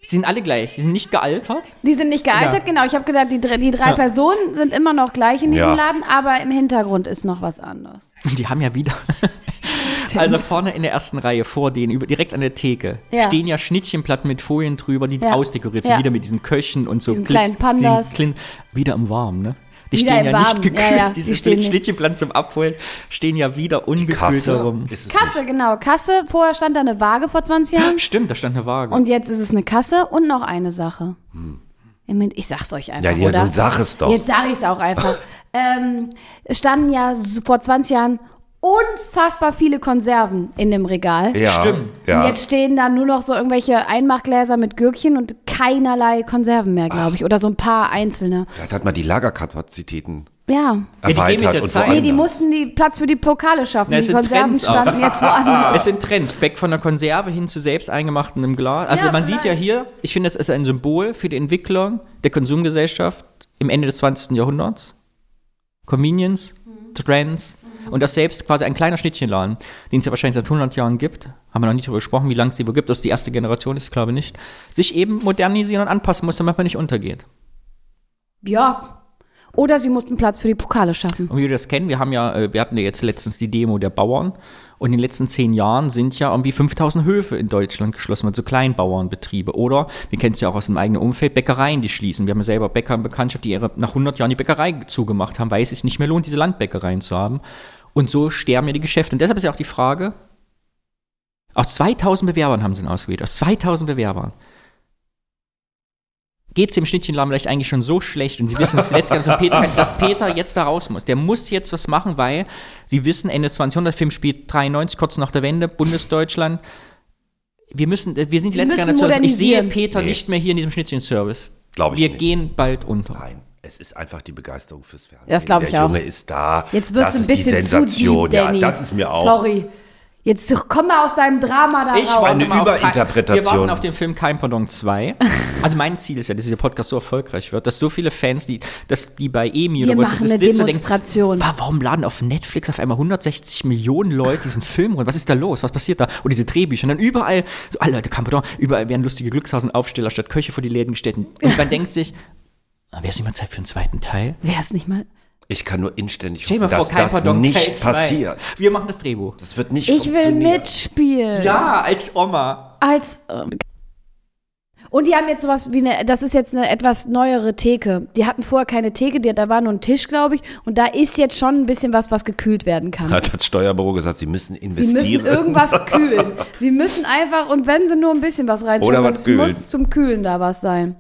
sie sind alle gleich, sie sind nicht gealtert. Die sind nicht gealtert, Ja. genau. Ich habe gedacht, die, dr- die drei Personen sind immer noch gleich in diesem Ja. Laden, aber im Hintergrund ist noch was anderes. Und Die haben ja wieder. Also vorne in der ersten Reihe vor denen, über, direkt an der Theke, Ja. stehen ja Schnittchenplatten mit Folien drüber, die Ja. ausdekoriert sind, Ja. wieder mit diesen Köchen und so Diesen kleinen Pandas. diesen Klin- wieder im Warmen, ne? Die Wieder stehen im ja Warmen, nicht ja, gekühlt, ja, die diese stehen nicht. Schnittchenplatten zum Abholen stehen ja wieder ungekühlt Kasse herum. ist es nicht. Kasse, genau. Kasse. Vorher stand da eine Waage vor 20 Jahren. Stimmt, da stand eine Waage. Und jetzt ist es eine Kasse und noch eine Sache. Ich mein, Ich sag's euch einfach, Ja, ja, oder? nun sag es doch. Jetzt sag ich's auch einfach. ähm, es standen ja so vor 20 Jahren unfassbar viele Konserven in dem Regal. ja, Stimmt. Und Ja. jetzt stehen da nur noch so irgendwelche Einmachgläser mit Gürkchen und keinerlei Konserven mehr, glaube ich. Oder so ein paar einzelne. Vielleicht hat man die Lagerkapazitäten Ja. Ja, die gehen mit erweitert der und Zeit. Nee, die woanders. mussten die Platz für die Pokale schaffen. Na, es die sind Konserven Trends auch. standen jetzt woanders. Es sind Trends, weg von der Konserve hin zu selbst eingemachtem Glas. Also Ja, man sieht ja vielleicht. hier, ich finde, das ist ein Symbol für die Entwicklung der Konsumgesellschaft im Ende des 20. Jahrhunderts. Convenience, Mhm. Trends und das selbst quasi ein kleiner Schnittchenladen, den es ja wahrscheinlich seit 100 Jahren gibt. Haben wir noch nicht darüber gesprochen, wie lange es die wohl gibt, ob es die erste Generation ist, ich glaube nicht. Sich eben modernisieren und anpassen muss, damit man nicht untergeht. Ja. Oder sie mussten Platz für die Pokale schaffen. Und wie wir das kennen, wir haben ja, äh, wir hatten ja jetzt letztens die Demo der Bauern und in den letzten zehn Jahren sind ja irgendwie 5000 Höfe in Deutschland geschlossen mit so Kleinbauernbetriebe. Oder, wir kennen es ja auch aus dem eigenen Umfeld, Bäckereien, die schließen. Wir haben ja selber Bäcker in Bekanntschaft, die ihre, nach 100 Jahren die Bäckerei zugemacht haben, weil es sich nicht mehr lohnt, diese Landbäckereien zu haben. Und so sterben ja die Geschäfte. Und deshalb ist ja auch die Frage, aus 2000 Bewerbern haben sie ihn ausgewählt, aus 2000 Bewerbern. Geht es dem Schnittchenladen vielleicht eigentlich schon so schlecht und sie wissen es letztendlich, dass Peter, dass Peter jetzt da raus muss. Der muss jetzt was machen, weil sie wissen, Ende 2000, Film spielt 93, kurz nach der Wende, Bundesdeutschland. Wir müssen, wir sind die Wir letzte müssen Generation. Also Ich sehe modernisieren. Peter Nee. nicht mehr hier in diesem Schnittchen-Service. Glaub ich Wir nicht. gehen bald unter. Nein, es ist einfach die Begeisterung fürs Fernsehen. Das glaub ich Der auch. Junge ist da. Jetzt das wirst du ein bisschen ist die Sensation. zu deep, Danny. ja, das ist mir auch. Sorry. Jetzt komm mal aus deinem Drama da Ich raus. warte Eine mal auf Kein- Überinterpretation. Wir warten auf den Film Kein Pardon 2. Also mein Ziel ist ja, dass dieser Podcast so erfolgreich wird, dass so viele Fans, die, dass die bei Emi Wir oder was machen es ist, eine sitzen und denken, Demonstration. "Wa- warum laden auf Netflix auf einmal 160 Millionen Leute diesen Film runter? Was ist da los? Was passiert da? Und diese Drehbücher. Und dann überall, so, alle Leute, Kein Pardon, überall werden lustige Glückshasen-Aufsteller statt "Ah, Köche vor die Läden gestellt. Und man denkt sich, wäre es nicht mal Zeit für einen zweiten Teil? Wäre es nicht mal. Ich kann nur inständig Stell dir hoffen, mal vor, dass kein das Pardon Teil nicht zwei. passiert. Wir machen das Drehbuch. Das wird nicht Ich will funktionieren. mitspielen. Ja, als Oma. Als. Ähm, und die haben jetzt sowas wie eine, das ist jetzt eine etwas neuere Theke. Die hatten vorher keine Theke, die, da war nur ein Tisch, glaube ich. Und da ist jetzt schon ein bisschen was, was gekühlt werden kann. Hat das Steuerbüro gesagt, sie müssen Sie investieren. müssen irgendwas kühlen. Sie müssen einfach, und wenn sie nur ein bisschen was reinschauen, Oder was es kühlen. muss zum Kühlen da was sein.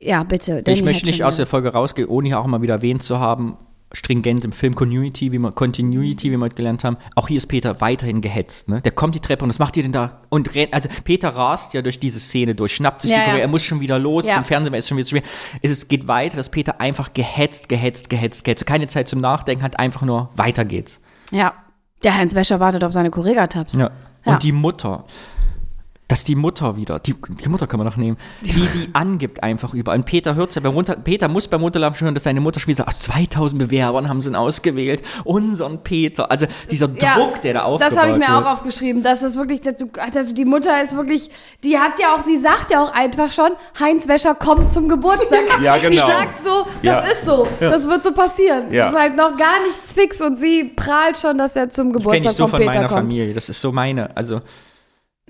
Ja, bitte. Danny Ich möchte hat nicht schon aus der wieder- Folge rausgehen, ohne hier auch mal wieder erwähnt zu haben, stringent im Film Community, wie wir, Continuity, wie wir heute gelernt haben. Auch hier ist Peter weiterhin gehetzt. Ne? Der kommt die Treppe und was macht ihr denn da? Und rennt, also Peter rast ja durch diese Szene durch, schnappt sich Ja, die Kurve, ja. er muss schon wieder los, Ja. im Fernsehen weil es ist schon wieder zu spät. Es ist, geht weiter, dass Peter einfach gehetzt, gehetzt, gehetzt, gehetzt. Keine Zeit zum Nachdenken, hat einfach nur, weiter geht's. Ja. Der Heinz Wäscher wartet auf seine Correga-Tabs. Ja. Ja. Und die Mutter. Dass die Mutter wieder, die, die Mutter kann man noch nehmen, die die angibt einfach überall. Und Peter hört ja beim Runter, Peter muss beim Runterlaufen schon hören, dass seine Mutter schon wieder sagt, aus 2000 Bewerbern haben sie ihn ausgewählt, unseren Peter. Also dieser Ja, Druck, der da aufgebaut Das habe ich mir wird. auch aufgeschrieben, dass das wirklich, dass du, also die Mutter ist wirklich, die hat ja auch, sie sagt ja auch einfach schon, Heinz Wäscher kommt zum Geburtstag. Ja, Die genau. sagt so, das Ja. ist so, das wird so passieren. Ja. Das ist halt noch gar nichts fix und sie prahlt schon, dass er zum Das kenne Geburtstag ich so von von Peter meiner kommt. Familie, das ist so meine. Also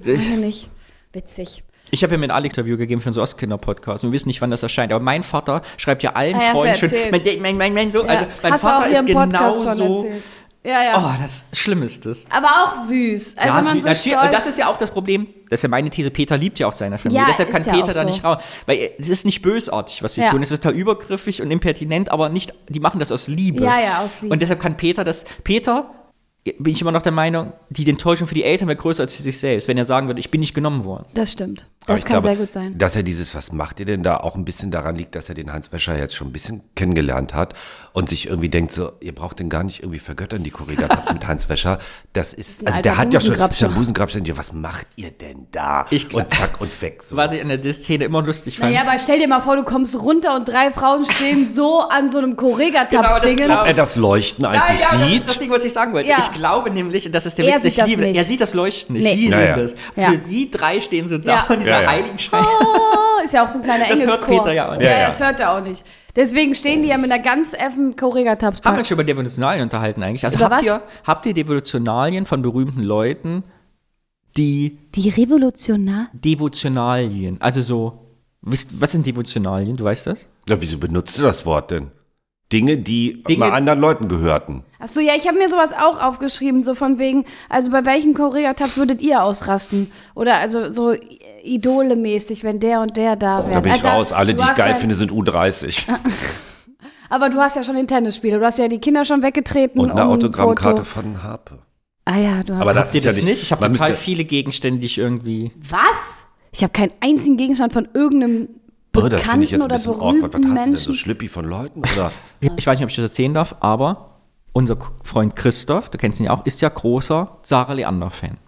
Weiß ich nicht. Witzig. ich habe ja mir ein Interview gegeben für unseren Ostkinder-Podcast und wir wissen nicht, wann das erscheint. Aber mein Vater schreibt ja allen Ah, hast du Freunden schon, erzählt. mein, mein, mein, mein, so, also Ja. mein Hast du auch Vater hier ist im Podcast schon genauso. erzählt. Ja, ja. Oh, das Schlimme ist das. Aber auch süß. Also ja, man sie- so natürlich, stolz. und das ist ja auch das Problem. Das ist ja meine These, Peter liebt ja auch seine Familie. Ja, Deshalb ist kann ja Peter auch da so. nicht raus. Weil es ist nicht bösartig, was sie Ja. tun. Es ist total übergriffig und impertinent, aber nicht, die machen das aus Liebe. Ja, ja, aus Liebe. Und deshalb kann Peter das, Peter, bin ich immer noch der Meinung, die Enttäuschung für die Eltern wäre größer als für sich selbst, wenn er sagen würde, ich bin nicht genommen worden. das stimmt. Oh, Aber Das ich kann glaube, sehr gut sein. Dass er dieses, was macht ihr denn da, auch ein bisschen daran liegt, dass er den Hans Wäscher jetzt schon ein bisschen kennengelernt hat und sich irgendwie denkt so, ihr braucht den gar nicht irgendwie vergöttern, die Choreografie mit Hans Wäscher. Das ist, ein also der alter hat ja schon Busengrabscher. schon Busengrabstein, was macht ihr denn da? Ich glaub- und zack und weg. So. Was ich an der Szene immer lustig fand. Naja, aber stell dir mal vor, du kommst runter und drei Frauen stehen so an so einem ne? Correga-Tabs-Dingen. Genau, das glaub Ob er das Leuchten eigentlich ja, das sieht? ist das Ding, was ich sagen wollte. Ja. Ich glaube nämlich, und das ist der Er Witz, sieht ich das liebe, nicht. er sieht das Leuchten nicht. Nee. Sie Ja, ja. sehen das. Ja. Für sie drei stehen so da Ja. und dieser Ja, ja. Heiligenschein. Oh, ist ja auch so ein kleiner Das Engelschor. hört Peter ja auch nicht. Ja, Ja, ja. das hört er auch nicht. Deswegen stehen die ja mit einer ganz effen Correga-Tabs. Haben wir uns schon über Devotionalien unterhalten eigentlich? Also Über habt was? ihr, habt ihr Devotionalien von berühmten Leuten, die Die Revolutionär? Devotionalien, also so, wisst, was sind Devotionalien, du weißt das? Na, wieso benutzt du das Wort denn? Dinge, die Dinge- mal anderen Leuten gehörten. Achso, ja, ich habe mir sowas auch aufgeschrieben, so von wegen, also bei welchen Correga-Tabs würdet ihr ausrasten? Oder also so i- Idole-mäßig, wenn der und der da wäre. Also, Da bin ich raus. Alle, die ich geil finde, sind U30. halt- Aber du hast ja schon den Tennisspieler, du hast ja die Kinder schon weggetreten. Und eine um ein Autogrammkarte Foto. von Harpe. Ah ja, du hast. Aber das Habt ihr ist das ja nicht? nicht. Ich habe man total müsste- viele Gegenstände, die ich irgendwie. was? Ich habe keinen einzigen Gegenstand von irgendeinem Oh, Bekannten das finde ich jetzt ein oder bisschen berühmten awkward. Was hast du denn Menschen. so Schlippi von Leuten? Oder? Ich weiß nicht, ob ich das erzählen darf, aber unser K- Freund Christoph, du kennst ihn ja auch, ist ja großer Sarah Leander-Fan.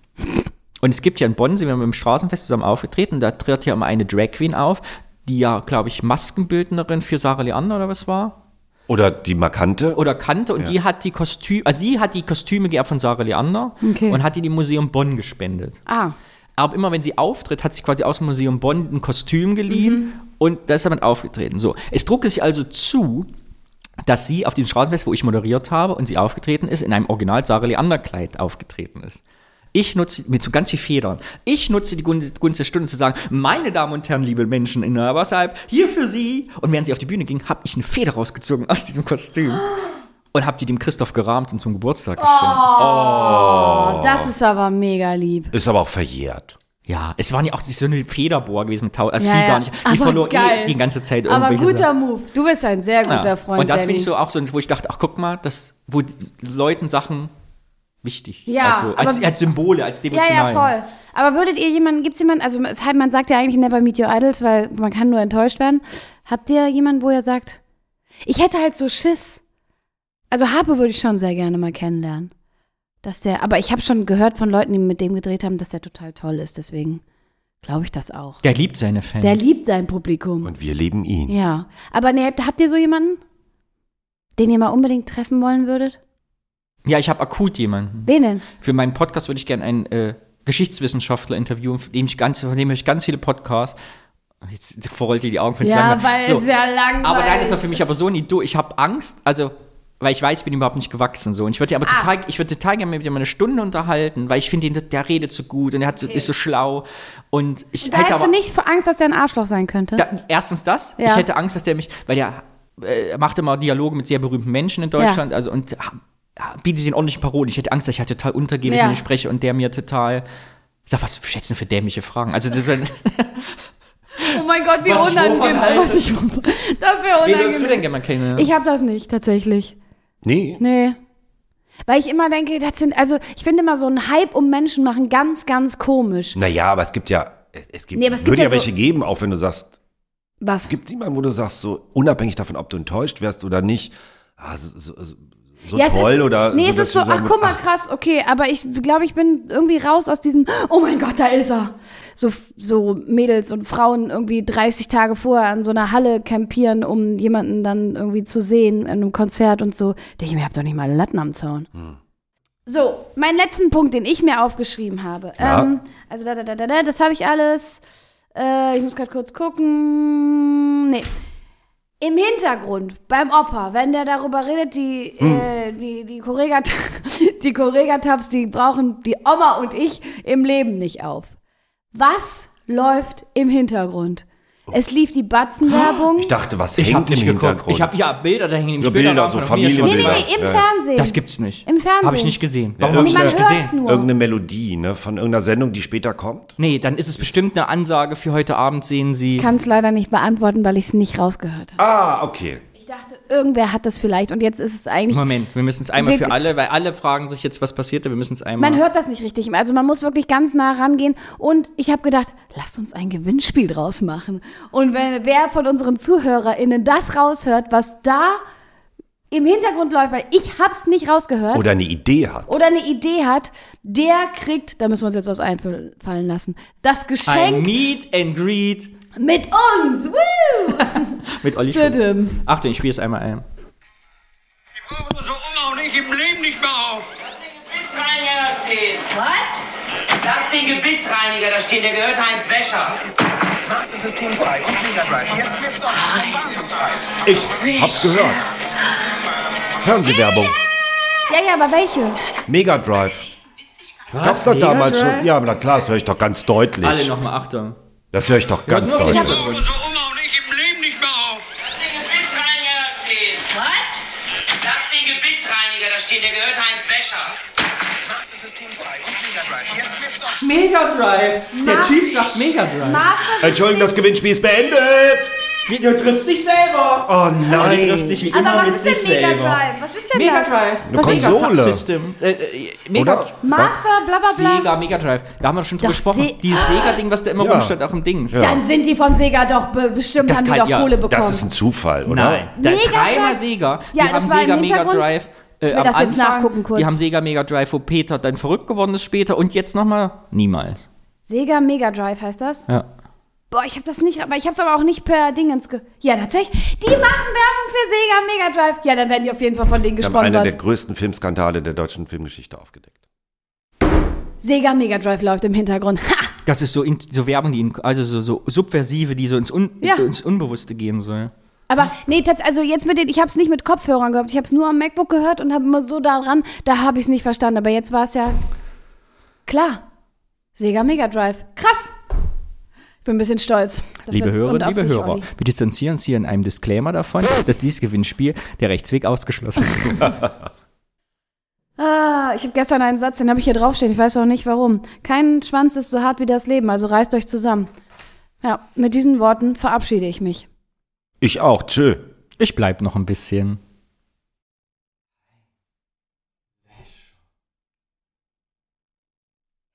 Und es gibt ja in Bonn, sind wir mit dem Straßenfest zusammen aufgetreten, da tritt ja immer eine Drag Queen auf, die ja, glaube ich, Maskenbildnerin für Sarah Leander oder was war? oder die Markante? oder kannte und die hat die Kostüme, also sie hat die Kostüme geerbt von Sarah Leander Okay. und hat die dem Museum Bonn gespendet. ah, Aber immer wenn sie auftritt, hat sie quasi aus dem Museum Bonn ein Kostüm geliehen und da ist damit aufgetreten. So, es druckte sich also zu, dass sie auf dem Straßenfest, wo ich moderiert habe und sie aufgetreten ist, in einem Original Sarah Leander Kleid aufgetreten ist. Ich nutze, mit so ganz viel Federn, ich nutze die Gun- Gunst der Stunde zu sagen, meine Damen und Herren, liebe Menschen in Nürnberg, hier für Sie. Und während sie auf die Bühne ging, habe ich eine Feder rausgezogen aus diesem Kostüm und habe die dem Christoph gerahmt und zum Geburtstag geschenkt. oh, das ist aber mega lieb. Ist aber auch verjährt. Ja, es waren ja auch so eine Federbohr gewesen mit Tau, also Ja, viel ja. gar nicht. Die Aber verlor eh geil. die ganze Zeit Aber irgendwelche guter Sachen. Move. Du bist ein sehr guter Ja. Freund. Und das finde Danny. ich so auch so, wo ich dachte, ach guck mal, das, wo die Leuten Sachen wichtig. Ja, also, als, aber- als Symbole, als Ja, Devotionalen. ja, voll. Aber würdet ihr jemanden, gibt's jemanden, also es heißt, man sagt ja eigentlich never meet your idols, weil man kann nur enttäuscht werden. Habt ihr jemanden, wo ihr sagt, ich hätte halt so Schiss? Also Harpe würde ich schon sehr gerne mal kennenlernen. Dass der, aber ich habe schon gehört von Leuten, die mit dem gedreht haben, dass der total toll ist. Deswegen glaube ich das auch. Der liebt seine Fans. Der liebt sein Publikum. Und wir lieben ihn. Ja, aber nee, habt, habt ihr so jemanden, den ihr mal unbedingt treffen wollen würdet? ja, ich habe akut jemanden. Wen denn? Für meinen Podcast würde ich gerne einen äh, Geschichtswissenschaftler interviewen, von dem ich ganz, von dem ich ganz viele Podcasts. Jetzt verrollt ihr die Augen, wenn's langweilig- So. ja langweilig. Aber nein, das war für mich aber so ein Idol. Ich habe Angst, also weil ich weiß, ich bin überhaupt nicht gewachsen so. Und ich würde aber Ah. total, ich würde total gerne mit ihm eine Stunde unterhalten, weil ich finde, ihn- der redet so gut und er hat so, ist so schlau. Und ich Da hätte hättest aber du nicht vor Angst, dass der ein Arschloch sein könnte. da, erstens das. Ja. Ich hätte Angst, dass der mich, weil der äh, macht immer Dialoge mit sehr berühmten Menschen in Deutschland, also und ha- bietet den ordentlichen Parolen. Ich hätte Angst, dass ich halt total untergehe, wenn Ja. ich mit ihm spreche und der mir total sag, was schätzen für dämliche Fragen. Also das ist, oh mein Gott, wie Was ich wovon unangenehm. halte? Was ich, das wäre wen würdest du unangenehm. denn gerne mal kennen? Ich habe das nicht, tatsächlich. Nee. Nee. Weil ich immer denke, das sind, also ich finde immer so einen Hype um Menschen machen ganz, ganz komisch. Naja, aber es gibt ja, es, es gibt, Nee, aber es gibt würde ja ja, so- welche geben, auch wenn du sagst, Was? gibt niemanden, wo du sagst, so unabhängig davon, ob du enttäuscht wärst oder nicht, ah, so, so, so- so Ja, es toll ist, oder Nee, es dass ist du so, ach sagen- guck mal, krass, okay, aber ich glaube, ich bin irgendwie raus aus diesem, oh mein Gott, da ist er. So, so Mädels und Frauen irgendwie 30 Tage vorher an so einer Halle campieren, um jemanden dann irgendwie zu sehen in einem Konzert und so. Denke ich mir, ihr habt doch nicht mal einen Latten am Zaun. Hm. So, mein letzten Punkt, den ich mir aufgeschrieben habe. Ja. Ähm, also da, da, da, da, da, das habe ich alles. Äh, ich muss gerade kurz gucken. Nee. Im Hintergrund, beim Opa, wenn der darüber redet, die, Hm. äh, die, die Korrega- die Korrega-Tabs, die brauchen die Oma und ich im Leben nicht auf. Was läuft im Hintergrund? Es lief die Batzenwerbung. Ich dachte, was Oh. Ich hängt hab im nicht geguckt. Hintergrund? Ich habe ja Bilder, da hängen nämlich Ja, Bilder, drauf so von mir, Nee, nee, Familienbilder. schon- nee, im Ja. Fernsehen. Das gibt's nicht. Im Fernsehen. Habe ich nicht gesehen. Warum Ja, habe ich Man irgendeine- nicht hört's gesehen? nur. Irgendeine Melodie, ne, von irgendeiner Sendung, die später kommt? Nee, dann ist es bestimmt eine Ansage für heute Abend sehen Sie. Ich kann es leider nicht beantworten, weil ich es nicht rausgehört habe. Ah, okay. Ich dachte, irgendwer hat das vielleicht und jetzt ist es eigentlich. Moment, wir müssen es einmal Wir- für alle, weil alle fragen sich jetzt, was passiert, wir müssen es einmal. Man hört das nicht richtig. Also man muss wirklich ganz nah rangehen. Und ich habe gedacht, lasst uns ein Gewinnspiel draus machen. Und wenn, wer von unseren ZuhörerInnen das raushört, was da im Hintergrund läuft, weil ich hab's nicht rausgehört Oder eine Idee hat. oder eine Idee hat, der kriegt, da müssen wir uns jetzt was einfallen lassen, das ein Geschenk Meet and Greet mit uns. Woo! mit Olli Tudum. Schulz. Achtung, ich spiele es einmal ein. Die brauchen unsere Oma und ich im Leben nicht mehr auf. Gebissreiniger da stehen. Was? Lass den Gebissreiniger da stehen, der gehört Heinz Wäscher. Maß ist systemfrei und kinderfrei. Jetzt gibt's auch einen Wahnsinnspreis. Ich hab's gehört. Fernsehwerbung. Ja, ja, aber welche? Mega Drive. Gab's das damals schon? Ja, aber na klar, das höre ich doch ganz Alle deutlich. nochmal, Achtung. Das höre ich doch ganz nur- Ich deutlich. hab- Die brauchen unsere Oma und ich im Leben nicht mehr auf. Lass den Gebissreiniger da stehen. Was? Lass den Gebissreiniger da stehen, der gehört Heinz Wäscher. Maß ist systemfrei und kinderfrei. Jetzt gibt's auch Mega Drive! Der Typ sagt Mega Drive. Master Entschuldigung, das Gewinnspiel ist beendet. Du triffst dich selber! Oh Die nein. trifft dich wie immer Aber mit was sich ist denn Mega selber. Drive? Was ist denn Mega das? Drive! Eine Was ist das? Konsole. System. Äh, äh, Mega Oder? Master, bla bla bla. Sega Mega Drive. Da haben wir schon drüber Das gesprochen. Se- Ah. Dieses Sega-Ding, was da immer Ja. rumstand, auch im Dings. Dann sind die von Sega doch be bestimmt, Das haben die kann- doch ja, Kohle bekommen. Das ist ein Zufall, oder? Nein, da, Mega dreimal Drive? Sega. Die Ja, das haben war im Sega Mega Hintergrund. Drive. Äh, Ich will am das jetzt Anfang, nachgucken kurz. Die haben Sega Mega Drive, wo Peter dann verrückt geworden ist später und jetzt nochmal niemals. Sega Mega Drive heißt das? Ja. Boah, ich habe das nicht, aber ich habe es aber auch nicht per Dingens ge Ja, tatsächlich. Die machen Werbung für Sega Mega Drive. Ja, dann werden die auf jeden Fall von denen Wir haben einer der gesponsert. größten Filmskandale der deutschen Filmgeschichte aufgedeckt. Sega Mega Drive läuft im Hintergrund. Ha! Das ist so, in, so Werbung, die in, also so, so subversive, die so ins, Un, Ja. ins Unbewusste gehen soll. Aber nee, tats- also jetzt mit den, ich habe es nicht mit Kopfhörern gehört. Ich habe es nur am MacBook gehört und habe immer so daran, da habe ich es nicht verstanden. Aber jetzt war es ja klar. Sega Mega Drive. Krass. Ich bin ein bisschen stolz. Das liebe wird- und Hörerinnen, auf liebe dich, Hörer, Olli. wir distanzieren uns hier in einem Disclaimer davon, dass dieses Gewinnspiel der Rechtsweg ausgeschlossen ist. Ah, ich habe gestern einen Satz, den habe ich hier draufstehen. Ich weiß auch nicht warum. Kein Schwanz ist so hart wie das Leben, also reißt euch zusammen. Ja, mit diesen Worten verabschiede ich mich. Ich auch, tschö. Ich bleib noch ein bisschen.